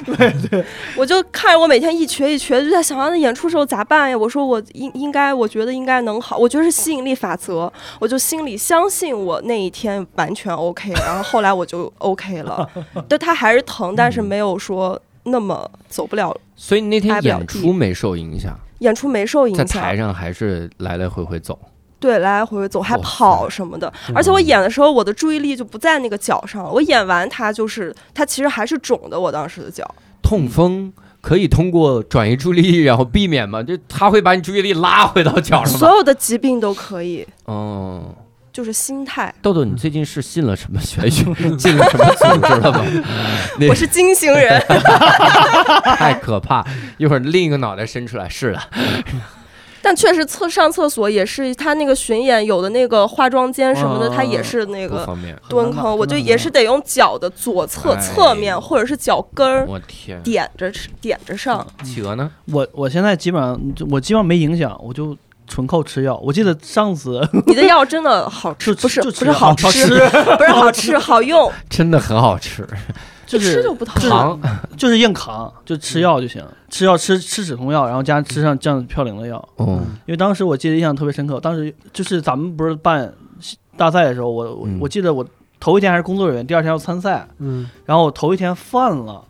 Speaker 7: 我就看着我每天一瘸一瘸，就在想啊，那演出时候咋办呀？我说我应应该，我觉得应该能好，我觉得是吸引力法则，我就心里相信我那一天完全 OK，然后后来我就 OK 了，但它还是疼，但是没有说那么走不了，
Speaker 1: 所以那天
Speaker 7: 挨不了
Speaker 1: 演出
Speaker 7: 地
Speaker 1: 没受影响，
Speaker 7: 演出没受
Speaker 1: 在
Speaker 7: 影响
Speaker 1: 台，上还是来来回回走。
Speaker 7: 对，来来回回走，还
Speaker 1: 哇塞嗯
Speaker 7: 跑什么的。而且我演的时候，我的注意力就不在那个脚上了，我演完它就是它其实还是肿的，我当时的脚。
Speaker 1: 痛风可以通过转移注意力然后避免吗？就他会把你注意力拉回到脚上
Speaker 7: 所
Speaker 1: 吗？
Speaker 7: 有的疾病都可以，
Speaker 1: 哦，
Speaker 7: 就是心态。
Speaker 1: 豆豆，你最近是信了什么玄学， <laughs> 进了什么组织了
Speaker 6: <laughs>
Speaker 1: 吗？那
Speaker 7: 我是金星人。
Speaker 1: 太可怕！一会儿另一个脑袋伸出来，是的，
Speaker 7: 但确实厕上厕所也是他那个巡演有的那个化妆间什么的，
Speaker 1: 嗯
Speaker 7: 他也是那
Speaker 1: 不
Speaker 7: 个
Speaker 1: 方便。
Speaker 7: 蹲
Speaker 6: 很难
Speaker 7: 坑，
Speaker 6: 搞
Speaker 7: 我就也是得用脚的左侧
Speaker 1: 哎
Speaker 7: 侧面或者是脚跟儿
Speaker 1: 我天，
Speaker 7: 点着吃点着上。
Speaker 1: 企鹅呢？
Speaker 6: 我我现在基本上就我基本上没影响，我就纯靠吃药。我记得上次
Speaker 7: 你的药真的好吃，
Speaker 6: 就
Speaker 7: 不是
Speaker 6: 就
Speaker 7: 不
Speaker 6: 吃
Speaker 7: 是好
Speaker 6: 好
Speaker 7: 吃，不是
Speaker 1: <laughs>
Speaker 7: 好吃，好用，
Speaker 1: 真的很好吃，
Speaker 6: 就
Speaker 7: 一吃
Speaker 6: 是
Speaker 7: 就不疼。
Speaker 1: 糖
Speaker 6: 就是硬扛，就吃药就行，吃药吃吃止痛药，然后加上吃上降嘌呤的药。
Speaker 1: 哦，
Speaker 6: 因为当时我记得印象特别深刻，当时就是咱们不是办大赛的时候，我我
Speaker 1: 嗯
Speaker 6: 我记得我头一天还是工作人员，第二天要参赛，
Speaker 3: 嗯，
Speaker 6: 然后我头一天犯了，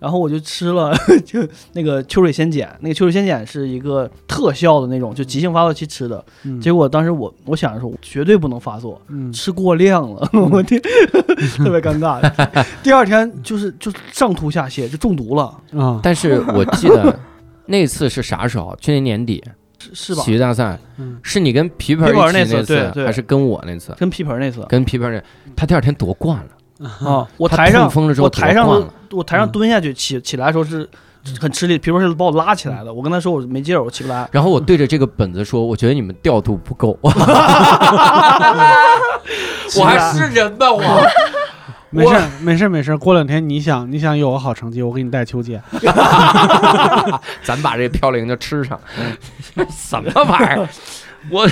Speaker 6: 然后我就吃了 <laughs> 就那个秋水仙碱，那个秋水仙碱是一个特效的那
Speaker 1: 嗯
Speaker 6: 种，就急性发作期吃的。
Speaker 3: 嗯
Speaker 6: 结果当时我我想着说，我绝对不能发作，
Speaker 3: 嗯
Speaker 6: 吃过量了， <laughs> 我
Speaker 1: 嗯
Speaker 6: 天，特别尴尬。
Speaker 1: <laughs>
Speaker 6: 第二天就是就上吐下泻，就中毒了，
Speaker 3: 啊，
Speaker 1: <laughs> 但是我记得那次是啥时候？去年年底
Speaker 6: 是是吧
Speaker 1: 喜？剧大赛
Speaker 3: 嗯，
Speaker 1: 是你跟皮盆儿
Speaker 6: 皮盆儿
Speaker 1: 一
Speaker 6: 那
Speaker 1: 起
Speaker 6: 次对
Speaker 1: 次，
Speaker 6: 对
Speaker 1: 还是跟我那次？
Speaker 6: 跟皮盆那次
Speaker 1: 跟皮盆儿那，他第二天夺冠了。
Speaker 6: 啊，我
Speaker 1: 他
Speaker 6: 台上
Speaker 1: 痛风了之后
Speaker 6: 我台上
Speaker 1: 夺冠了
Speaker 6: 我台上蹲下去起起来的时候是很吃力，皮盆是把我拉起来的，我跟他说我没劲儿，我起不来。
Speaker 1: 然后我对着这个本子说：“我觉得你们调度不
Speaker 6: <laughs>
Speaker 1: 够，我还是人吗？我
Speaker 3: 没事儿没事儿没事儿，过两天你想你想有个好成绩，我给你带秋姐。
Speaker 1: <laughs> 咱把这嘌呤就吃上， <laughs> 什么玩意儿？ <laughs> 我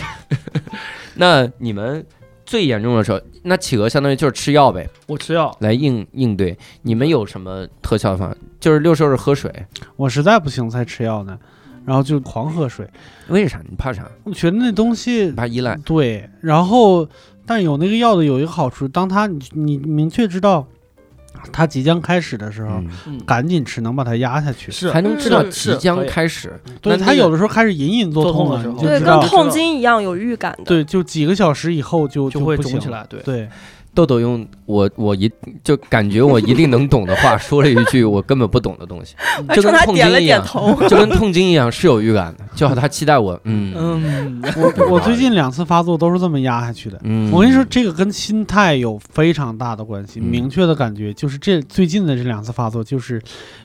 Speaker 1: 那你们最严重的时候，那企鹅相当于就是吃药呗，
Speaker 6: 我吃药，
Speaker 1: 来应应对。你们有什么特效方？就是六兽是喝水，
Speaker 3: 我实在不行才吃药呢，然后就狂喝水，
Speaker 1: 为啥？你怕啥？
Speaker 3: 我觉得那东西
Speaker 1: 你怕依赖？
Speaker 3: 对，然后但有那个药的有一个好处，当他你你明确知道它即将开始的时候，
Speaker 1: 嗯
Speaker 6: 嗯，
Speaker 3: 赶紧吃，能把它压下去。
Speaker 6: 是
Speaker 1: 还能知道
Speaker 7: 嗯
Speaker 1: 即
Speaker 6: 是
Speaker 1: 将
Speaker 6: 可以
Speaker 1: 开始，
Speaker 3: 对，
Speaker 1: 那那
Speaker 3: 它
Speaker 1: 个
Speaker 3: 有的时候开始隐隐作
Speaker 6: 作痛
Speaker 3: 痛了，
Speaker 6: 的时
Speaker 3: 你
Speaker 6: 候
Speaker 3: 就
Speaker 7: 对，
Speaker 3: 知
Speaker 7: 跟
Speaker 3: 道，
Speaker 7: 痛经一样有预感的。
Speaker 3: 对，就几个小时以后就
Speaker 6: 就会
Speaker 3: 不行
Speaker 6: 肿起来，对
Speaker 3: 了。，对，
Speaker 1: 豆豆用我我一就感觉我一定能懂的 <laughs> 话说了一句我根本不懂的东西，
Speaker 7: 哎
Speaker 1: 就跟
Speaker 7: 冲他
Speaker 1: 痛
Speaker 7: 点
Speaker 1: 经
Speaker 7: 了
Speaker 1: 一
Speaker 7: 点
Speaker 1: 样
Speaker 7: 头。
Speaker 1: 就跟痛经一样是有预感的，就好他期待我，嗯
Speaker 6: 嗯，
Speaker 3: 我我最近两次发作都是这么压下去的。
Speaker 1: 嗯，
Speaker 3: 我跟你说，这个跟心态有非常大的关系。
Speaker 1: 嗯
Speaker 3: 明确的感觉就是这最近的这两次发作，就是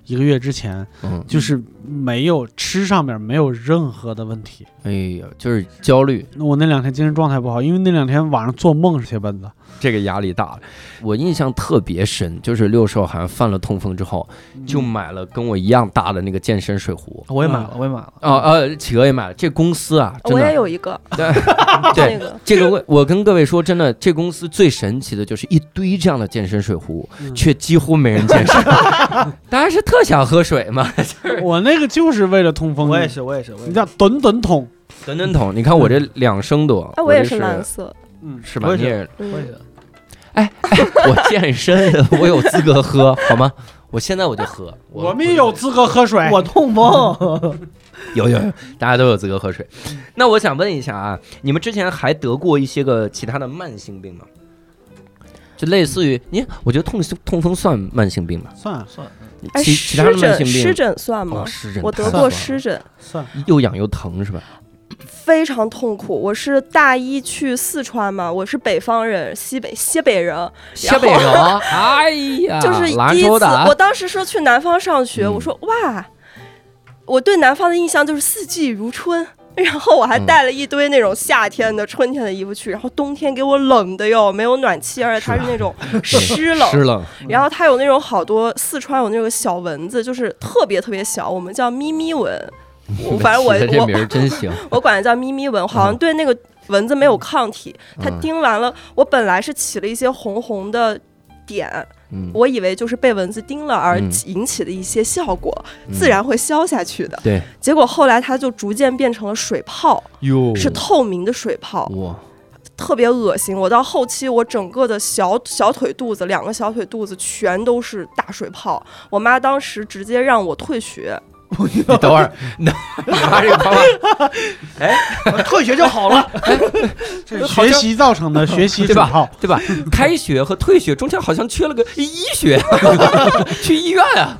Speaker 3: 一个月之前，
Speaker 1: 嗯，
Speaker 3: 就是没有吃上面没有任何的问题。
Speaker 1: 哎呀，就是焦虑，
Speaker 3: 那我那两天精神状态不好，因为那两天晚上做梦是血本子，
Speaker 1: 这个压力大了。我印象特别深，就是六兽好像犯了痛风之后，就买了跟我一样大的那个健身水壶。
Speaker 6: <laughs> 我也买了，我也买了，
Speaker 1: 哦呃，企鹅也买了。这公司啊， <laughs> 真
Speaker 7: 我也
Speaker 1: 的，
Speaker 7: 有一个，那
Speaker 1: <laughs> 对
Speaker 7: 个
Speaker 1: 这个我我跟各位说，真的，这公司最神奇的就是一堆这样的健身水壶，
Speaker 3: 嗯
Speaker 1: 却几乎没人健
Speaker 3: <laughs>
Speaker 1: 身。大家是特想喝水吗？
Speaker 3: 我那个就是为了通风。
Speaker 6: 我也，是，我也是，我也
Speaker 3: 嗯你
Speaker 6: 是
Speaker 3: 叫吨吨桶，
Speaker 1: 等等桶，你看我这两升多，
Speaker 7: 哎，我
Speaker 1: 我
Speaker 7: 也
Speaker 1: 这
Speaker 7: 是
Speaker 1: 是
Speaker 7: 蓝色。
Speaker 3: 嗯，
Speaker 1: 是吧？
Speaker 6: 我也
Speaker 1: 你
Speaker 6: 是
Speaker 1: 也
Speaker 6: 我也
Speaker 7: 嗯，
Speaker 6: 是，
Speaker 1: 我健身，我有资格喝好吗？我现在我就喝，
Speaker 3: 我们也有资格喝水。
Speaker 6: 我痛风， <laughs>
Speaker 1: 有有有，大家都有资格喝水。
Speaker 3: 嗯
Speaker 1: 那我想问一下啊，你们之前还得过一些个其他的慢性病吗？就类似于你，我觉得痛痛风算慢性病吧，
Speaker 3: 算了
Speaker 6: 算了，
Speaker 7: 哎，
Speaker 1: 其其
Speaker 7: 湿
Speaker 1: 他的慢性
Speaker 7: 疹湿
Speaker 1: 病
Speaker 7: 疹算吗
Speaker 1: 哦，？湿疹，
Speaker 7: 嗯我得
Speaker 1: 太
Speaker 7: 过
Speaker 1: 算了
Speaker 7: 湿，疹，
Speaker 3: 算了，
Speaker 1: 又痒又疼是吧？
Speaker 7: 非常痛苦。我是大一去四川嘛，我是北方人，西北西北人，
Speaker 1: 西北人，
Speaker 7: <laughs>
Speaker 1: 哎呀，
Speaker 7: 就是
Speaker 1: 啊兰
Speaker 7: 第一
Speaker 1: 州
Speaker 7: 次
Speaker 1: 的啊，
Speaker 7: 我当时说去南方上学，
Speaker 1: 嗯
Speaker 7: 我说哇，我对南方的印象就是四季如春。然后我还带了一堆那种夏天的、春天的衣服去，然后冬天给我冷的哟，没有暖气，而且它是
Speaker 1: 是吧啊
Speaker 7: 那种 <laughs>
Speaker 1: 对
Speaker 7: 湿冷，
Speaker 1: 湿冷，
Speaker 7: 然后它有那种好多四川有那个小蚊子，就是特别特别小，我们叫咪咪蚊，我反
Speaker 1: <laughs>
Speaker 7: 正我
Speaker 1: 起的这
Speaker 7: 我
Speaker 1: 名儿真
Speaker 7: <laughs>
Speaker 1: 行，
Speaker 7: 我管它叫咪咪蚊，好像对那个蚊子没有抗体，它
Speaker 1: 嗯
Speaker 7: 叮完了，我本来是起了一些红红的点，
Speaker 1: 嗯，
Speaker 7: 我以为就是被蚊子叮了而
Speaker 1: 嗯
Speaker 7: 引起的一些效果，
Speaker 1: 嗯
Speaker 7: 自然会消下去的。
Speaker 1: 对，
Speaker 7: 结果后来它就逐渐变成了水泡，
Speaker 1: 哟
Speaker 7: 是透明的水泡，
Speaker 1: 哇，
Speaker 7: 特别恶心。我到后期，我整个的小小腿肚子，两个小腿肚子全都是大水泡。我妈当时直接让我退学，
Speaker 1: 你等会儿，那你妈这个方法
Speaker 6: 退学就好了，
Speaker 3: 这是
Speaker 6: <laughs>
Speaker 3: 学习造成的学习
Speaker 1: <laughs> 对吧
Speaker 3: 损耗。
Speaker 1: 对吧？开学和退学中间好像缺了个医学， <laughs> 去医院啊！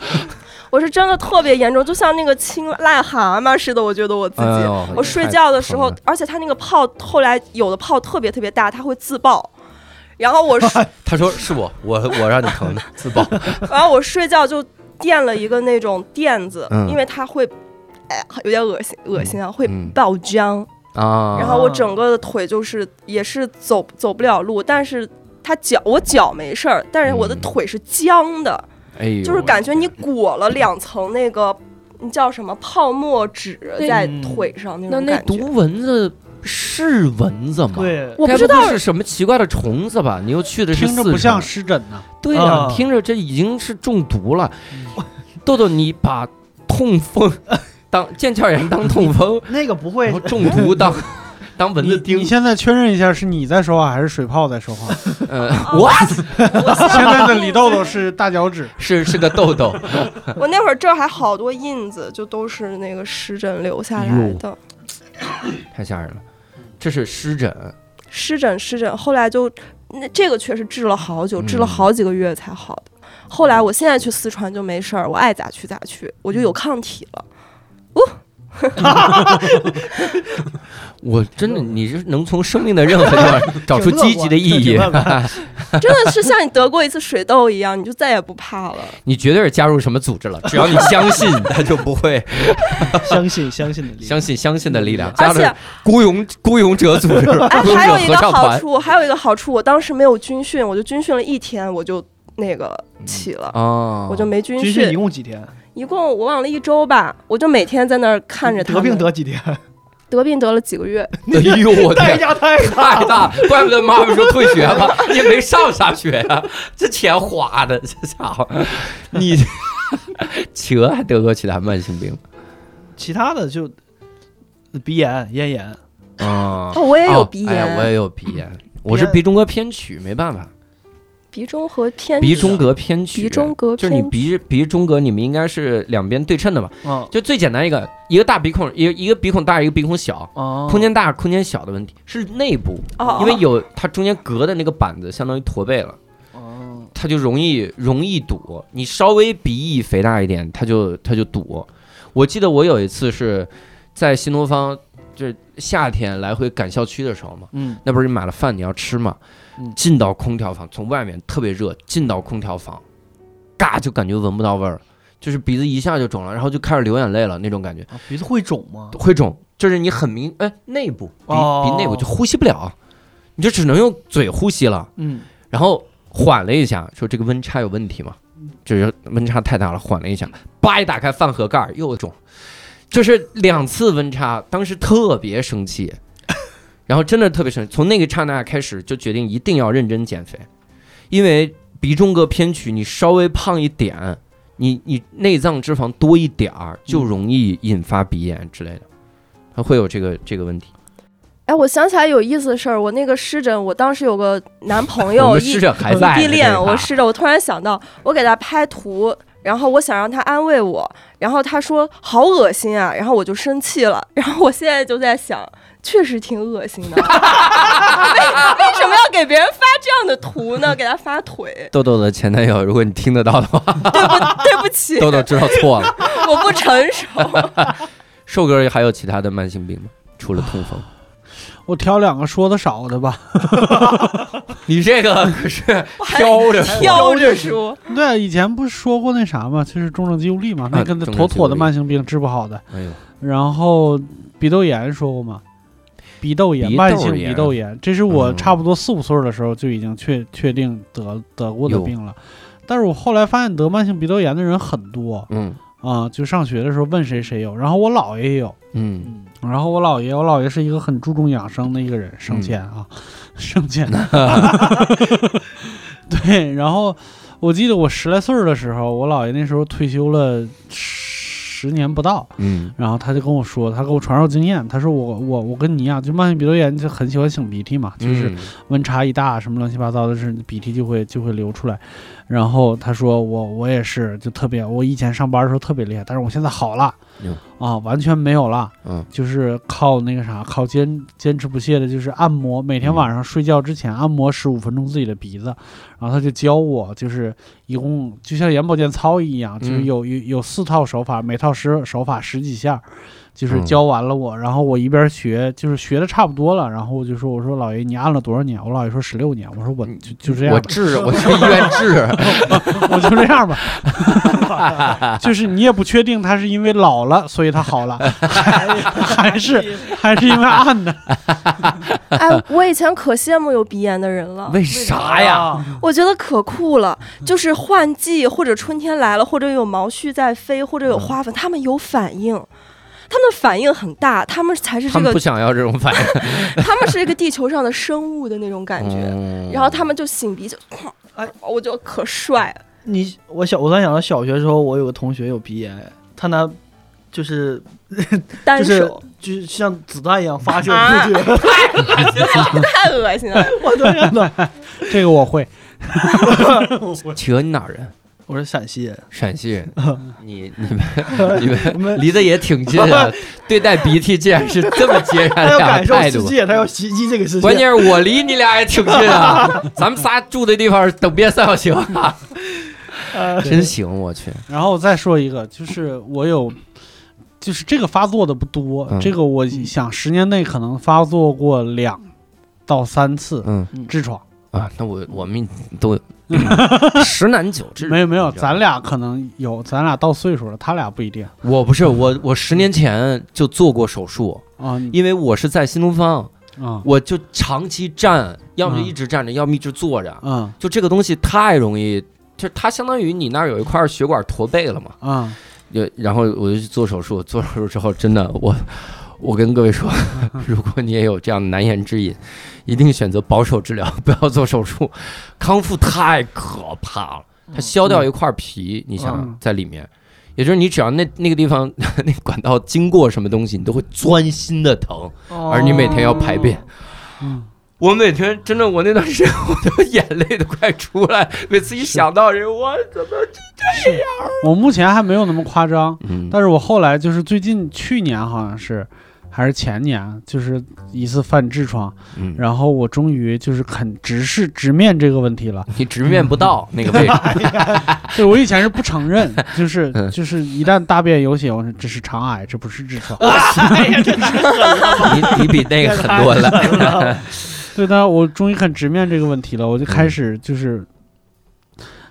Speaker 7: 我是真的特别严重，就像那个青癞蛤蟆似的。我觉得 <laughs> 我自
Speaker 1: 哎
Speaker 7: 己，
Speaker 1: 呃
Speaker 7: 我睡觉的时候，而且它那个泡后来有的泡特别特别大，它会自爆。然后我睡
Speaker 1: <laughs> 他说是我，我我让你疼的，自爆。
Speaker 7: 然后我睡觉就垫了一个那种垫子，
Speaker 1: 嗯
Speaker 7: 因为它会，哎，有点恶心，恶心啊，会
Speaker 1: 嗯
Speaker 7: 爆浆。
Speaker 1: 啊，
Speaker 7: 然后我整个的腿就是也是走走不了路，但是它脚我脚没事儿，但是我的
Speaker 1: 嗯
Speaker 7: 腿是僵的，
Speaker 1: 哎呦
Speaker 7: 就是感觉你裹了两层那个。你叫什么泡沫纸在
Speaker 6: 嗯
Speaker 7: 腿上那
Speaker 1: 那
Speaker 7: 种
Speaker 1: 那
Speaker 7: 感觉？
Speaker 1: 毒蚊子是蚊子吗？，
Speaker 6: 对，
Speaker 7: 我不知道
Speaker 1: 是什么奇怪的虫子吧？你又去的是
Speaker 3: 听着
Speaker 1: 四
Speaker 3: 不像
Speaker 1: 川
Speaker 3: 湿疹呢，
Speaker 1: 对呀、
Speaker 6: 啊
Speaker 1: 听着这已经是中毒了。豆豆，你把痛风当腱鞘炎当痛风，
Speaker 6: <laughs> 那个不
Speaker 1: 然
Speaker 6: 会
Speaker 1: 后，中毒当当蚊子
Speaker 3: 你你
Speaker 1: 叮，
Speaker 3: 现在确认一下，是你在说话还是水泡在说话？
Speaker 1: 呃， <laughs>
Speaker 7: 哦
Speaker 1: 我
Speaker 7: 我
Speaker 3: <laughs>
Speaker 7: 现
Speaker 3: 现在的李豆豆是大脚趾，
Speaker 1: 是是个豆豆。
Speaker 7: <laughs> 我那会儿这儿还好多印子，就都是那个湿疹留下来
Speaker 1: 哟
Speaker 7: 的。
Speaker 1: 太吓人了，这是湿疹，
Speaker 7: 湿疹湿疹，后来就那这个确实治了好久，
Speaker 1: 嗯
Speaker 7: 治了好几个月才好的。后来我现在去四川就没事儿，我爱咋去咋去，我就有抗体了。 <laughs>
Speaker 1: 我真的你是能从生命的任何地方找出积极的意义
Speaker 6: 挺，乐
Speaker 7: 真的是像你得过一次水痘一样，你就再也不怕了。
Speaker 1: <laughs> 你绝对是加入什么组织了。只要你相信，他就不会
Speaker 6: 相信相信的力量
Speaker 1: 相，信相信的力量。加
Speaker 7: 而
Speaker 1: 入
Speaker 7: 且，
Speaker 1: 孤勇孤勇者组织， <laughs>
Speaker 7: 哎，
Speaker 1: 孤勇
Speaker 7: 还有
Speaker 1: 者
Speaker 7: 一
Speaker 1: 合
Speaker 7: 个
Speaker 1: 唱
Speaker 7: 好
Speaker 1: 团
Speaker 7: 处，还有一个好处，我当时没有军训，我就军训了一天，我就那个起了，
Speaker 1: 啊，
Speaker 7: 我就没军
Speaker 6: 军训一共几天？
Speaker 7: 一共我忘了一周吧，我就每天在那儿看着他
Speaker 6: 得
Speaker 7: 们
Speaker 6: 病得几天？
Speaker 7: 得病得了几个月，
Speaker 1: 哎呦我
Speaker 6: 代
Speaker 1: 天。
Speaker 6: 价太 <laughs>
Speaker 1: 太大，怪不得妈妈说退学吧， <laughs> 也没上啥学呀、这钱花的，这家伙，你 <laughs> 企鹅还得过其他慢性病
Speaker 6: 其他的就鼻炎、咽炎，
Speaker 1: 啊
Speaker 7: 哦，我也有
Speaker 1: 哦
Speaker 7: 鼻
Speaker 1: 哎呀
Speaker 7: 炎，
Speaker 1: 我也有鼻炎，我是鼻中隔偏曲，没办法。
Speaker 7: 鼻中和偏
Speaker 1: 鼻
Speaker 7: 曲
Speaker 1: 中隔偏曲，
Speaker 7: 鼻中隔
Speaker 1: 就是你
Speaker 7: 偏
Speaker 1: 鼻鼻中隔，你们应该是两边对称的嘛？
Speaker 6: 嗯
Speaker 1: 就最简单一个，一个大鼻孔，一个一个鼻孔大，一个鼻孔小，
Speaker 6: 哦，
Speaker 1: 空间大空间小的问题是内部，
Speaker 7: 哦，
Speaker 1: 因为
Speaker 7: 哦
Speaker 1: 有它中间隔的那个板子，相当于驼背了。
Speaker 6: 哦，
Speaker 1: 它就容易容易堵，你稍微鼻翼肥大一点，它就它就堵。我记得我有一次是在新东方，就是夏天来回赶校区的时候嘛，
Speaker 6: 嗯
Speaker 1: 那不是买了饭你要吃嘛
Speaker 6: 嗯，
Speaker 1: 进到空调房，从外面特别热，进到空调房，嘎就感觉闻不到味儿，就是鼻子一下就肿了，然后就开始流眼泪了那种感觉，
Speaker 6: 啊鼻子会肿吗？
Speaker 1: 会肿，就是你很明哎内部鼻
Speaker 6: 哦
Speaker 1: 鼻内部就呼吸不了，你就只能用嘴呼吸了。
Speaker 6: 嗯
Speaker 1: 然后缓了一下，说这个温差有问题嘛，就是温差太大了，缓了一下，叭一打开饭盒盖儿又肿，就是两次温差，当时特别生 <laughs> 气，然后真的特别生气，从那个刹那开始就决定一定要认真减肥，因为鼻中隔偏曲，你稍微胖一点。你你内脏脂肪多一点儿，就容易引发鼻炎之类的，它会有这个这个问题。
Speaker 7: 哎，我想起来有意思的事儿，我那个湿疹，我当时有个男朋
Speaker 1: 我
Speaker 7: 友
Speaker 1: 们
Speaker 7: 异
Speaker 1: 试着还在
Speaker 7: 异地恋，我
Speaker 1: 是
Speaker 7: 试着，我突然想到，我给他拍图，然后我想让他安慰我，然后他说好恶心啊，然后我就生气了，然后我现在就在想，确实挺恶心的，为 <laughs> 为什么要给别人发这样的图呢？给他发腿，
Speaker 1: 豆豆的前男友，如果你听得到的话，
Speaker 7: 对不起，
Speaker 1: 豆豆知道错了。
Speaker 7: 我不成熟。
Speaker 1: 瘦哥还有其他的慢性病吗？除了痛风，
Speaker 3: <laughs> 我挑两个说的少的吧。
Speaker 1: <laughs> 你这个可是飘着说
Speaker 7: 挑着说，
Speaker 3: 对啊，以前不是 <laughs> 说过那啥嘛，就是重症肌无力嘛，那个
Speaker 1: 重症
Speaker 3: 妥
Speaker 1: 肌无
Speaker 3: 妥的
Speaker 1: 力
Speaker 3: 慢性病治不好的。
Speaker 1: 哎呦，
Speaker 3: 然后鼻窦炎说过吗？鼻窦炎，
Speaker 1: 鼻窦
Speaker 3: 慢性
Speaker 1: 炎
Speaker 3: 鼻窦炎，这是我
Speaker 1: 嗯
Speaker 3: 差不多四五岁的时候就已经确确定得得过的
Speaker 1: 哟
Speaker 3: 病了。但是我后来发现得慢性鼻窦炎的人很多
Speaker 1: 嗯
Speaker 3: 啊、就上学的时候问谁谁有，然后我姥爷也有，
Speaker 1: 嗯，
Speaker 3: 然后我姥爷，我姥爷是一个很注重养生的一个人，省钱啊， <laughs> 省钱。对，然后我记得我十来岁儿的时候，我姥爷那时候退休了十年不到，
Speaker 1: 嗯
Speaker 3: 然后他就跟我说，他给我传授经验，他说我我我跟你一样，就慢性鼻窦炎就很喜欢擤鼻涕嘛，就是
Speaker 1: 嗯
Speaker 3: 温差一大，什么乱七八糟的事，鼻涕就会就会流出来。然后他说我我也是，就特别，我以前上班的时候特别厉害，但是我现在好了
Speaker 1: 哟，
Speaker 3: 啊，完全没有了，
Speaker 1: 嗯
Speaker 3: 就是靠那个啥，靠坚坚持不懈的，就是按摩，每
Speaker 1: 嗯
Speaker 3: 天晚上睡觉之前按摩十五分钟自己的鼻子，然后他就教我，就是一共就像眼保健操一样，就是
Speaker 1: 嗯
Speaker 3: 有有有四套手法，每套十手法十几下。就是
Speaker 1: 嗯
Speaker 3: 教完了我，然后我一边学，就是学的差不多了，然后我就说，我说姥爷你按了多少年？我姥爷说十六年，我说我
Speaker 1: 嗯
Speaker 3: 就就这样
Speaker 1: 我
Speaker 3: 吧，
Speaker 1: 治，我去医院治，
Speaker 3: 我就这样吧， <laughs> 就是你也不确定他是因为老了所以他好了，还还是还是因为按的。
Speaker 7: 哎，我以前可羡慕有鼻炎的人
Speaker 1: <laughs>
Speaker 7: 了，
Speaker 1: 为啥呀？？
Speaker 7: 我觉得可酷了，就是换季或者春天来了，或者有毛絮在飞，或者有花粉，他们有反应，他们反应很大，他们才是
Speaker 1: 他
Speaker 7: 这
Speaker 1: 们
Speaker 7: 个
Speaker 1: 不，想要这种 <laughs> 反应，
Speaker 7: <laughs> 他们是一个地球上的生物的那种感觉。
Speaker 1: 嗯
Speaker 7: 然后他们就擤鼻就，哎，我就可帅了，
Speaker 6: 你我小我突然想到小学时候，我有个同学有鼻炎，他拿就是
Speaker 7: 单
Speaker 6: 就是
Speaker 7: 手 <laughs>
Speaker 6: 就是像子弹一样发射
Speaker 7: 啊
Speaker 6: 出去，
Speaker 7: 太恶
Speaker 6: <laughs>
Speaker 7: 心了。
Speaker 6: 我的天呐！
Speaker 3: 这个我会，
Speaker 1: 企鹅，你哪儿人？
Speaker 6: 我是陕西人，
Speaker 1: 陕西人，你你们你们离得也挺近啊，对待鼻涕竟然是这么截
Speaker 6: 他
Speaker 1: 然
Speaker 6: 要
Speaker 1: 两
Speaker 6: 感
Speaker 1: 个
Speaker 6: 受
Speaker 1: 哎态
Speaker 6: 世
Speaker 1: 度。
Speaker 6: 界，他要袭击这个世界。
Speaker 1: 关键是我离你俩也挺近啊，咱们仨住的地方等边三角形啊，
Speaker 3: 呃
Speaker 1: 真行，我去，
Speaker 3: 然后我再说一个，就是我有，就是这个发作的不多，
Speaker 1: 嗯
Speaker 3: 这个我想十年内可能发作过两到三次
Speaker 1: 嗯。
Speaker 3: 痔疮。
Speaker 1: 啊，那我我们
Speaker 3: <laughs>
Speaker 1: 都十男九痔，
Speaker 3: 嗯没有没有，
Speaker 1: 你知道吗
Speaker 3: 咱俩可能有，咱俩到岁数了，他俩不一定
Speaker 1: 我不是我我十年前就做过手术，
Speaker 3: 啊你
Speaker 1: 因为我是在新东方，
Speaker 3: 啊
Speaker 1: 我就长期站，要么就
Speaker 3: 嗯
Speaker 1: 一直站着，要么一直坐着，
Speaker 3: 啊
Speaker 1: 就这个东西太容易，就它相当于你那儿有一块血管驼背了嘛，
Speaker 3: 啊！
Speaker 1: 有，然后我就去做手术，做手术之后真的我。我跟各位说， <laughs> 如果你也有这样难言之隐，一定选择保守治疗， <laughs> 不要做手术。康复太可怕了，它削掉一块皮，你想
Speaker 3: 嗯
Speaker 1: 在里面，也就是你只要那那个地方 <laughs> 那管道经过什么东西，你都会钻心的疼，而你每天要排便，
Speaker 3: 哦嗯
Speaker 1: 我每天真的，我那段时间 <laughs> 我都眼泪都快出来，每次一想到人，我怎么
Speaker 3: 我目前还没有那么夸张，
Speaker 1: 嗯
Speaker 3: 但是我后来就是最近去年好像是，还是前年，就是一次犯痔疮，
Speaker 1: 嗯
Speaker 3: 然后我终于就是很直视直面这个问题了。
Speaker 1: 你直面不
Speaker 3: 嗯
Speaker 1: 到那个位置，
Speaker 3: 对我以前是不承认，
Speaker 1: <laughs>
Speaker 3: 就是
Speaker 1: 嗯
Speaker 3: 就是一旦大便有血，我说这是肠癌，这不是痔疮。 <laughs>
Speaker 1: 你你比那个狠多了。
Speaker 3: 对，但是我终于很直面这个问题了，我就
Speaker 1: 嗯
Speaker 3: 开始就是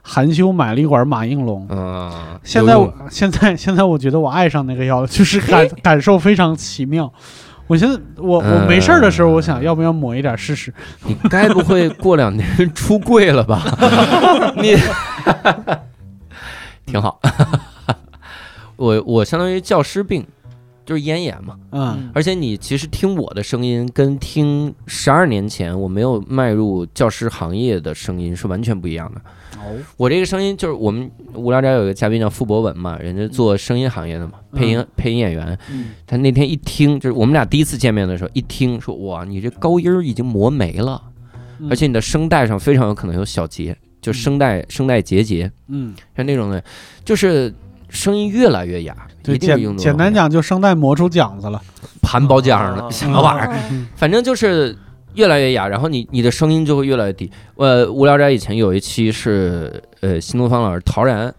Speaker 3: 含羞买了一管马应龙。
Speaker 1: 嗯，
Speaker 3: 现在我现在现在我觉得我爱上那个药了，
Speaker 1: <laughs>
Speaker 3: 就是感感受非常奇妙。我现在我我没事儿的时候，我
Speaker 1: 嗯
Speaker 3: 想要不要抹一点试试？
Speaker 1: 你该不会过两年出柜了
Speaker 3: <laughs>
Speaker 1: 吧？你 <laughs> 挺好。我我相当于教师病，就是咽炎嘛。
Speaker 3: 嗯，
Speaker 1: 而且你其实听我的声音，跟听十二年前我没有迈入教师行业的声音是完全不一样的。
Speaker 3: 哦，
Speaker 1: 我这个声音就是我们无聊斋有个嘉宾叫傅博文嘛，人家做声音行业的嘛，
Speaker 3: 嗯
Speaker 1: 配音配音演员。
Speaker 6: 嗯
Speaker 1: 他那天一听，就是我们俩第一次见面的时候，一听说哇，你这高音儿已经磨没了，
Speaker 3: 嗯
Speaker 1: 而且你的声带上非常有可能有小结，就声带声带结节，
Speaker 3: 嗯，
Speaker 1: 像那种的，就是声音越来越哑。
Speaker 3: 对，
Speaker 1: 一定是
Speaker 3: 简
Speaker 1: 用
Speaker 3: 简单讲就声带磨出茧子了。嗯
Speaker 1: 盘包浆了，
Speaker 6: 啊
Speaker 1: 什么玩意儿？反正就是越来越哑，然后你你的声音就会越来越低。呃，无聊斋以前有一期是呃新东方老师陶然，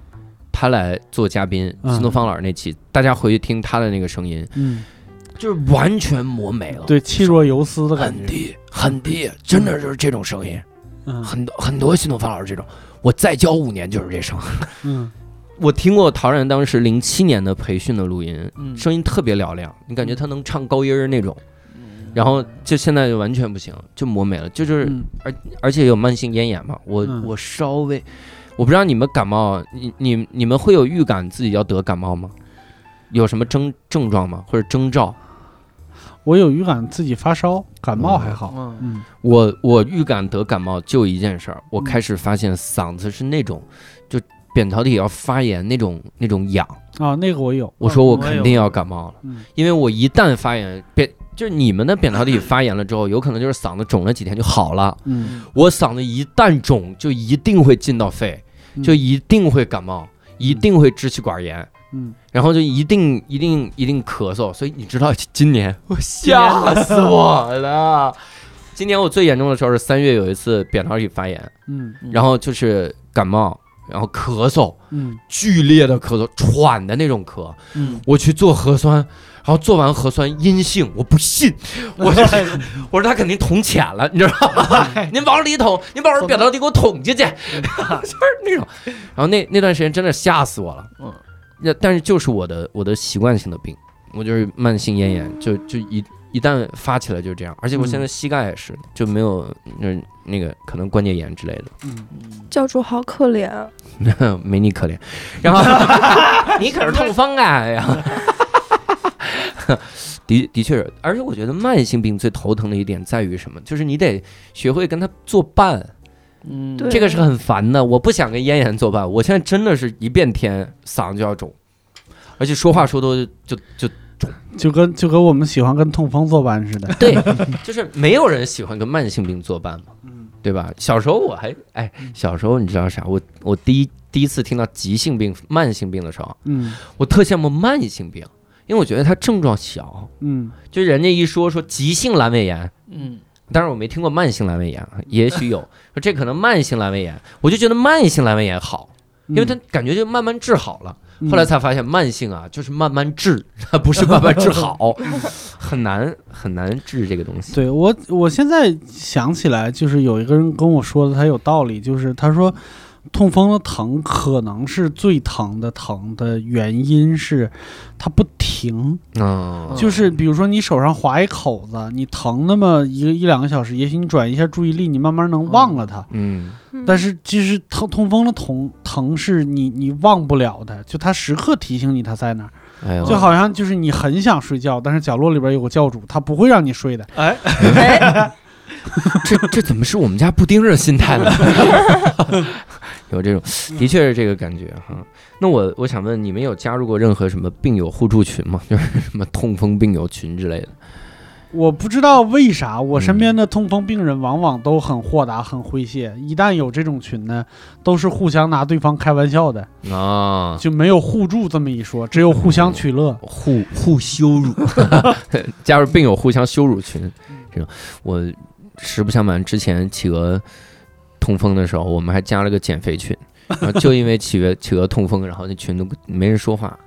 Speaker 1: 他来做嘉宾，
Speaker 3: 嗯
Speaker 1: 新东方老师那期，大家回去听他的那个声音，
Speaker 3: 嗯，
Speaker 1: 就是完全磨没了，，
Speaker 3: 对，气若游丝的感
Speaker 1: 很
Speaker 3: 觉。
Speaker 1: 低很低，真的就是这种声音，
Speaker 3: 嗯
Speaker 1: 很多很多新东方老师这种，我再教五年就是这 <laughs> 声。
Speaker 3: 嗯
Speaker 1: 我听过陶然当时零七年的培训的录音，
Speaker 6: 嗯
Speaker 1: 声音特别嘹亮，你感觉他能唱高音儿那种。然后就现在就完全不行，就磨没了，就就是，
Speaker 3: 嗯
Speaker 1: 而且有慢性咽炎嘛。我、
Speaker 3: 嗯
Speaker 1: 我稍微，我不知道你们感冒，你你你们会有预感自己要得感冒吗？有什么症症状吗？或者征兆？
Speaker 3: 我有预感自己发烧，感冒还好。
Speaker 6: 嗯，
Speaker 3: 嗯
Speaker 1: 我我预感得感冒就一件事儿，我开始发现嗓子是那种，就扁桃体要发炎那种那种痒。
Speaker 3: 啊，那个我有。
Speaker 1: 我说
Speaker 6: 嗯
Speaker 1: 我
Speaker 6: 我也
Speaker 1: 肯
Speaker 6: 有
Speaker 1: 定要感冒了，
Speaker 3: 嗯
Speaker 1: 因为我一旦发炎扁，就是你们的扁桃体发炎了之后，有可能就是嗓子肿了几天就好了。
Speaker 3: 嗯
Speaker 1: 我嗓子一旦肿，就一定会进到肺，
Speaker 3: 嗯
Speaker 1: 就一定会感冒，一定会支气管炎，
Speaker 3: 嗯，
Speaker 1: 然后就一定一定一定咳嗽。所以你知道今年 <laughs> 我吓死我了。今年我最严重的时候是三月有一次扁桃体发炎，
Speaker 3: 嗯
Speaker 1: 然后就是感冒，然后咳嗽，
Speaker 3: 嗯
Speaker 1: 剧烈的咳嗽，喘的那种咳。
Speaker 3: 嗯
Speaker 1: 我去做核酸，然后做完核酸阴性，我不信，我 <laughs> 就我说他肯定捅浅了，你知道吗？
Speaker 6: 哎
Speaker 1: 您往里捅，您把我表桃体给我捅 <laughs> 进去，就是那种。然后那那段时间真的吓死我了，
Speaker 6: 嗯，
Speaker 1: 那但是就是我的我的习惯性的病，我就是慢性咽炎，就就一一旦发起来就是这样，而且我现在膝盖也是，就没有嗯那个可能关节炎之类的。
Speaker 7: 教主好可怜啊，
Speaker 1: <laughs> 没你可怜。然 <laughs> 后你可是痛风啊！哎呀， <laughs> 的的确是，而且我觉得慢性病最头疼的一点在于什么？就是你得学会跟他作伴，
Speaker 6: 嗯，
Speaker 7: 对
Speaker 1: 这个是很烦的。我不想跟咽炎作伴，我现在真的是一变天嗓子就要肿，而且说话说多就就
Speaker 3: 就跟就跟我们喜欢跟痛风作伴
Speaker 1: <laughs>
Speaker 3: 似的。
Speaker 1: 对，就是没有人喜欢跟慢性病作伴嘛，对吧？小时候我还哎，小时候你知道啥？我我第一第一次听到急性病、慢性病的时候，
Speaker 3: 嗯
Speaker 1: 我特羡慕慢性病，因为我觉得它症状小，
Speaker 3: 嗯
Speaker 1: 就人家一说说急性阑尾炎，
Speaker 6: 嗯，
Speaker 1: 当然我没听过慢性阑尾炎啊，也许有，说这可能慢性阑尾炎，我就觉得慢性阑尾炎好，因为它感觉就慢慢治好了。
Speaker 3: 嗯
Speaker 1: 后来才发现慢性啊，就是慢慢治， <laughs> 它不是慢慢治 <laughs> 好，很难很难治这个东西。
Speaker 3: 对我，我现在想起来，就是有一个人跟我说的，他有道理，就是他说，痛风的疼可能是最疼的疼的原因是它不停，
Speaker 1: 嗯，
Speaker 3: 就是比如说你手上划一口子，你疼那么一个一两个小时，也许你转移一下注意力，你慢慢能忘了它。
Speaker 1: 嗯
Speaker 3: 但是其实痛痛风的疼疼是你你忘不了的，就它时刻提醒你它在哪儿，
Speaker 1: 哎呦，
Speaker 3: 就好像就是你很想睡觉，但是角落里边有个教主，他不会让你睡的。
Speaker 1: 嗯
Speaker 7: 哎，
Speaker 1: 这这怎么是我们家布丁儿的心态呢？ <laughs> 有这种，的确是这个感觉哈。那我我想问，你们有加入过任何什么病友互助群吗？就是什么痛风病友群之类的？
Speaker 3: 我不知道为啥，我身边的痛风病人往往都很豁达、很诙谐。一旦有这种群呢，都是互相拿对方开玩笑的，
Speaker 1: 啊，
Speaker 3: 就没有互助这么一说，只有互相取乐。
Speaker 1: 互互羞辱， <laughs> 加入病友互相羞辱群，这种我实不相瞒，之前企鹅痛风的时候，我们还加了个减肥群，然后就因为企鹅企鹅痛风，然后那群都没人说话，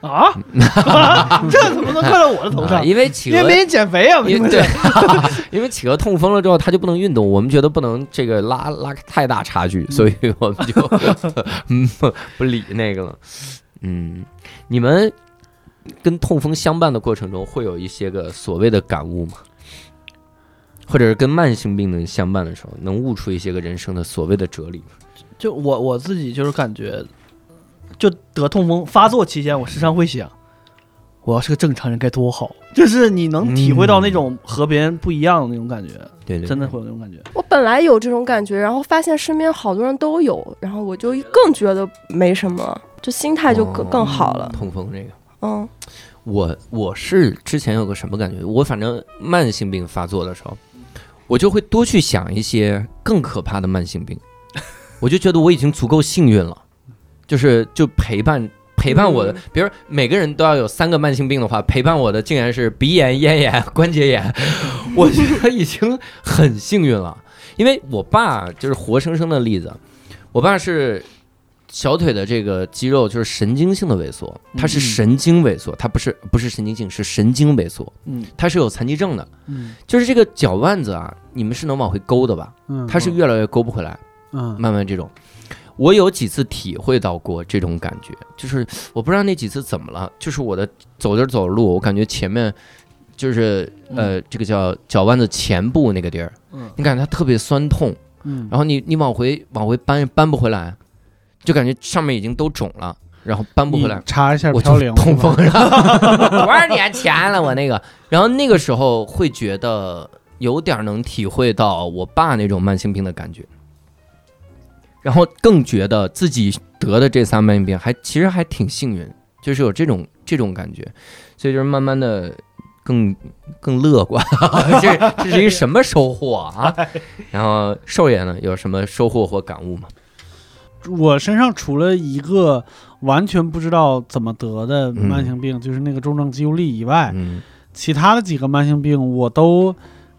Speaker 6: 啊， <laughs> 这怎么能怪到我的头
Speaker 1: 啊
Speaker 6: 上？
Speaker 1: 因为企
Speaker 6: 因为没
Speaker 1: 鹅。
Speaker 6: 人减肥 <laughs> 啊，
Speaker 1: 因
Speaker 6: 不
Speaker 1: 为
Speaker 6: 是
Speaker 1: 哎对， <laughs> 因为企鹅痛风了之后，它就不能运动，我们觉得不能这个拉拉太大差距，所以我们就嗯 <laughs> 不不理那个了。嗯，你们跟痛风相伴的过程中，会有一些个所谓的感悟吗？或者是跟慢性病的相伴的时候，能悟出一些个人生的所谓的哲理吗？
Speaker 6: 就我我自己就是感觉，就得痛风发作期间，我时常会想，我要是个正常人该多好。就是你能体会到那种和别人不一样的那种感觉，
Speaker 1: 对嗯对，
Speaker 6: 真的会有那种感觉。
Speaker 7: 我本来有这种感觉，然后发现身边好多人都有，然后我就更觉得没什么，就心态就更
Speaker 1: 哦
Speaker 7: 更好了。
Speaker 1: 痛风这个。
Speaker 7: 嗯，
Speaker 1: 我我是之前有个什么感觉？我反正慢性病发作的时候，我就会多去想一些更可怕的慢性病，我就觉得我已经足够幸运了，就是就陪伴陪伴我的，比如每个人都要有三个慢性病的话，陪伴我的竟然是鼻炎、咽炎、关节炎， <laughs> 我觉得已经很幸运了。因为我爸就是活生生的例子，我爸是小腿的这个肌肉就是神经性的萎缩，它是
Speaker 6: 嗯
Speaker 1: 神经萎缩，它不是不是神经性，是神经萎缩，
Speaker 6: 嗯
Speaker 1: 它是有残疾症的。
Speaker 3: 嗯
Speaker 1: 就是这个脚腕子啊，你们是能往回勾的吧？
Speaker 3: 嗯，
Speaker 1: 它是越来越勾不回来，
Speaker 3: 嗯
Speaker 1: 慢慢这种。我有几次体会到过这种感觉，就是我不知道那几次怎么了，就是我的走着走着路，我感觉前面就是
Speaker 3: 嗯
Speaker 1: 呃，这个叫脚腕子前部那个地儿，
Speaker 6: 嗯
Speaker 1: 你感觉它特别酸痛，
Speaker 3: 嗯
Speaker 1: 然后你你往回往回搬也搬不回来，就感觉上面已经都肿了，然后搬不回来
Speaker 3: 你，查一下
Speaker 1: 我
Speaker 3: 嘌
Speaker 1: 就
Speaker 3: 呤
Speaker 1: 痛
Speaker 3: 是
Speaker 1: 风
Speaker 3: 吧
Speaker 1: 了，多少年前了我那个，然后那个时候会觉得有点能体会到我爸那种慢性病的感觉，然后更觉得自己得的这仨慢性病还其实还挺幸运，就是有这种这种感觉，所以就是慢慢的。更更乐观， <laughs> 这这是一什么收获
Speaker 3: <laughs>
Speaker 1: 啊？然后兽爷呢，有什么收获或感悟吗？
Speaker 3: 我身上除了一个完全不知道怎么得的慢性病，就是那个重症肌无力以外，
Speaker 1: 嗯
Speaker 3: 其他的几个慢性病我都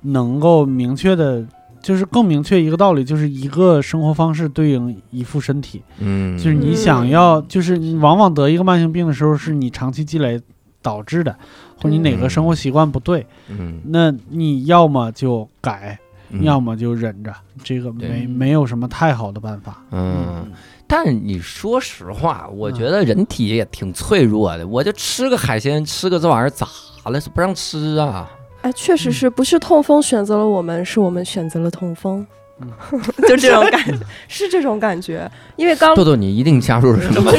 Speaker 3: 能够明确的，就是更明确一个道理，就是一个生活方式对应一副身体，
Speaker 1: 嗯，
Speaker 3: 就是你想要，就是你往往得一个慢性病的时候，是你长期积累导致的，或者你哪个生活习惯不对，
Speaker 1: 嗯，
Speaker 3: 那你要么就改，
Speaker 1: 嗯
Speaker 3: 要么就忍着，这个
Speaker 1: 对
Speaker 3: 没没有什么太好的办法。
Speaker 1: 嗯，但你说实话，我觉得人体也挺脆弱的。我就吃个海鲜，吃个这玩意儿咋了？是不让吃啊？
Speaker 7: 哎，确实是不是痛风选择了我们，是我们选择了痛风
Speaker 3: 嗯，
Speaker 7: <laughs> 就这种感觉，是这种感觉。因为刚
Speaker 1: 豆豆，你一定加入了嗯什么？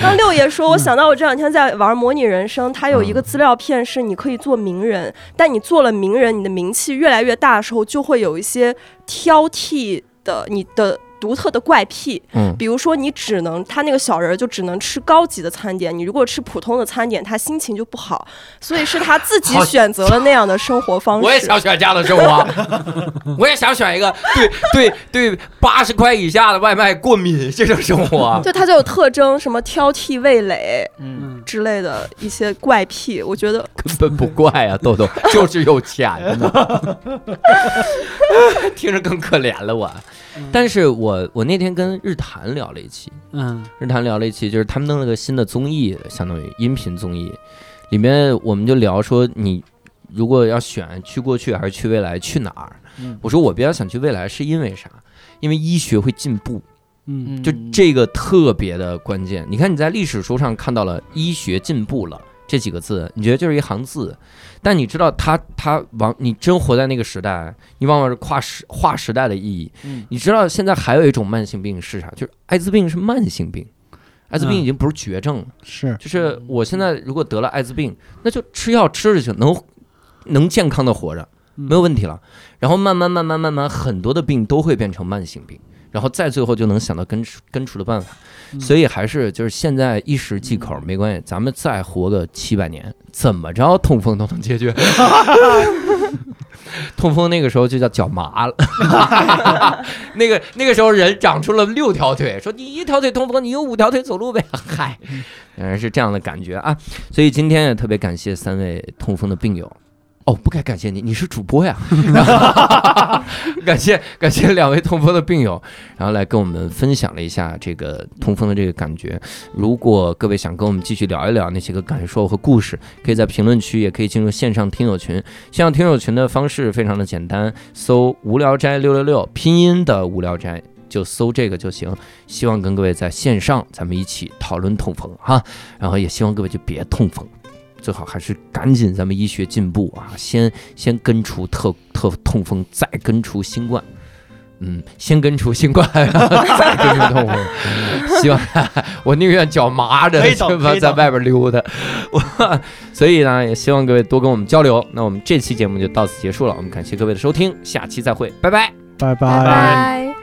Speaker 7: 刚六爷
Speaker 1: 嗯
Speaker 7: 说，我想到我这两天在玩模拟人生，它有一个资料片是你可以做名人，但你做了名人，你的名气越来越大的时候，就会有一些挑剔的你的。独特的怪癖，
Speaker 1: 嗯
Speaker 7: 比如说你只能他那个小人儿就只能吃高级的餐点，你如果吃普通的餐点，他心情就不好，所以是他自己
Speaker 1: 好
Speaker 7: 选择了那样的生活方
Speaker 1: <laughs>
Speaker 7: 式。
Speaker 1: 我也想选这样的生 <laughs> 活，啊我也想选一个对对对八十块以下的外卖过敏这种生 <laughs> 活。啊
Speaker 7: 就它就有特征，什么挑剔味蕾
Speaker 6: 嗯，
Speaker 3: 嗯，
Speaker 7: 之类的一些怪癖，我觉得
Speaker 1: 根本不怪啊，豆豆就是有钱呢， <laughs> 听着更可怜了我。但是我我那天跟日坛聊了一期，
Speaker 3: 嗯
Speaker 1: 日坛聊了一期，就是他们弄了个新的综艺，相当于音频综艺，里面我们就聊说，你如果要选去过去还是去未来，去哪儿？
Speaker 6: 嗯
Speaker 1: 我说我比较想去未来，是因为啥？因为医学会进步，
Speaker 3: 嗯
Speaker 1: 就这个特别的关键。你看你在历史书上看到了“医学进步了”这几个字，你觉得就是一行字，但你知道它它往你真活在那个时代，你往往是跨时 <laughs> 跨时代的意义。
Speaker 6: 嗯
Speaker 1: 你知道现在还有一种慢性病是啥？就是艾滋病是慢性病，艾滋病
Speaker 3: 嗯
Speaker 1: 已经不是绝症了。
Speaker 3: 是，
Speaker 1: 就是我现在如果得了艾滋病，那就吃药吃着就能能健康的活着，
Speaker 3: 嗯
Speaker 1: 没有问题了。然后慢慢慢慢慢慢，很多的病都会变成慢性病。然后再最后就能想到根除根除的办法。
Speaker 3: 嗯
Speaker 1: 所以还是就是现在一时忌口没关系，咱们再活个七百年，怎么着痛风都能解决。 <laughs> 痛风那个时候就叫脚麻了， <laughs> 那个那个时候人长出了六条腿，说你一条腿痛风，你用五条腿走路呗，嗨，当呃然是这样的感觉啊。所以今天也特别感谢三位痛风的病友。哦，不该感谢你，你是主播呀。 <laughs> 感谢感谢两位痛风的病友，然后来跟我们分享了一下这个痛风的这个感觉。如果各位想跟我们继续聊一聊那些个感受和故事，可以在评论区，也可以进入线上听友群。线上听友群的方式非常的简单，搜“无聊斋六六六”拼音的“无聊斋”。就搜这个就行，希望跟各位在线上咱们一起讨论痛风哈，然后也希望各位就别痛风，最好还是赶紧咱们医学进步啊，先先根除特特痛风，再根除新冠。嗯，先根除新冠， <laughs> 然后再根除痛风。希望我宁愿脚麻着，
Speaker 6: 黑道
Speaker 1: 他妈
Speaker 6: 黑
Speaker 1: 在
Speaker 6: 道
Speaker 1: 外边溜达。我所以呢，也希望各位多跟我们交流。那我们这期节目就到此结束了，我们感谢各位的收听，下期再会，拜拜。
Speaker 3: 拜
Speaker 7: 拜
Speaker 3: 拜
Speaker 7: 拜。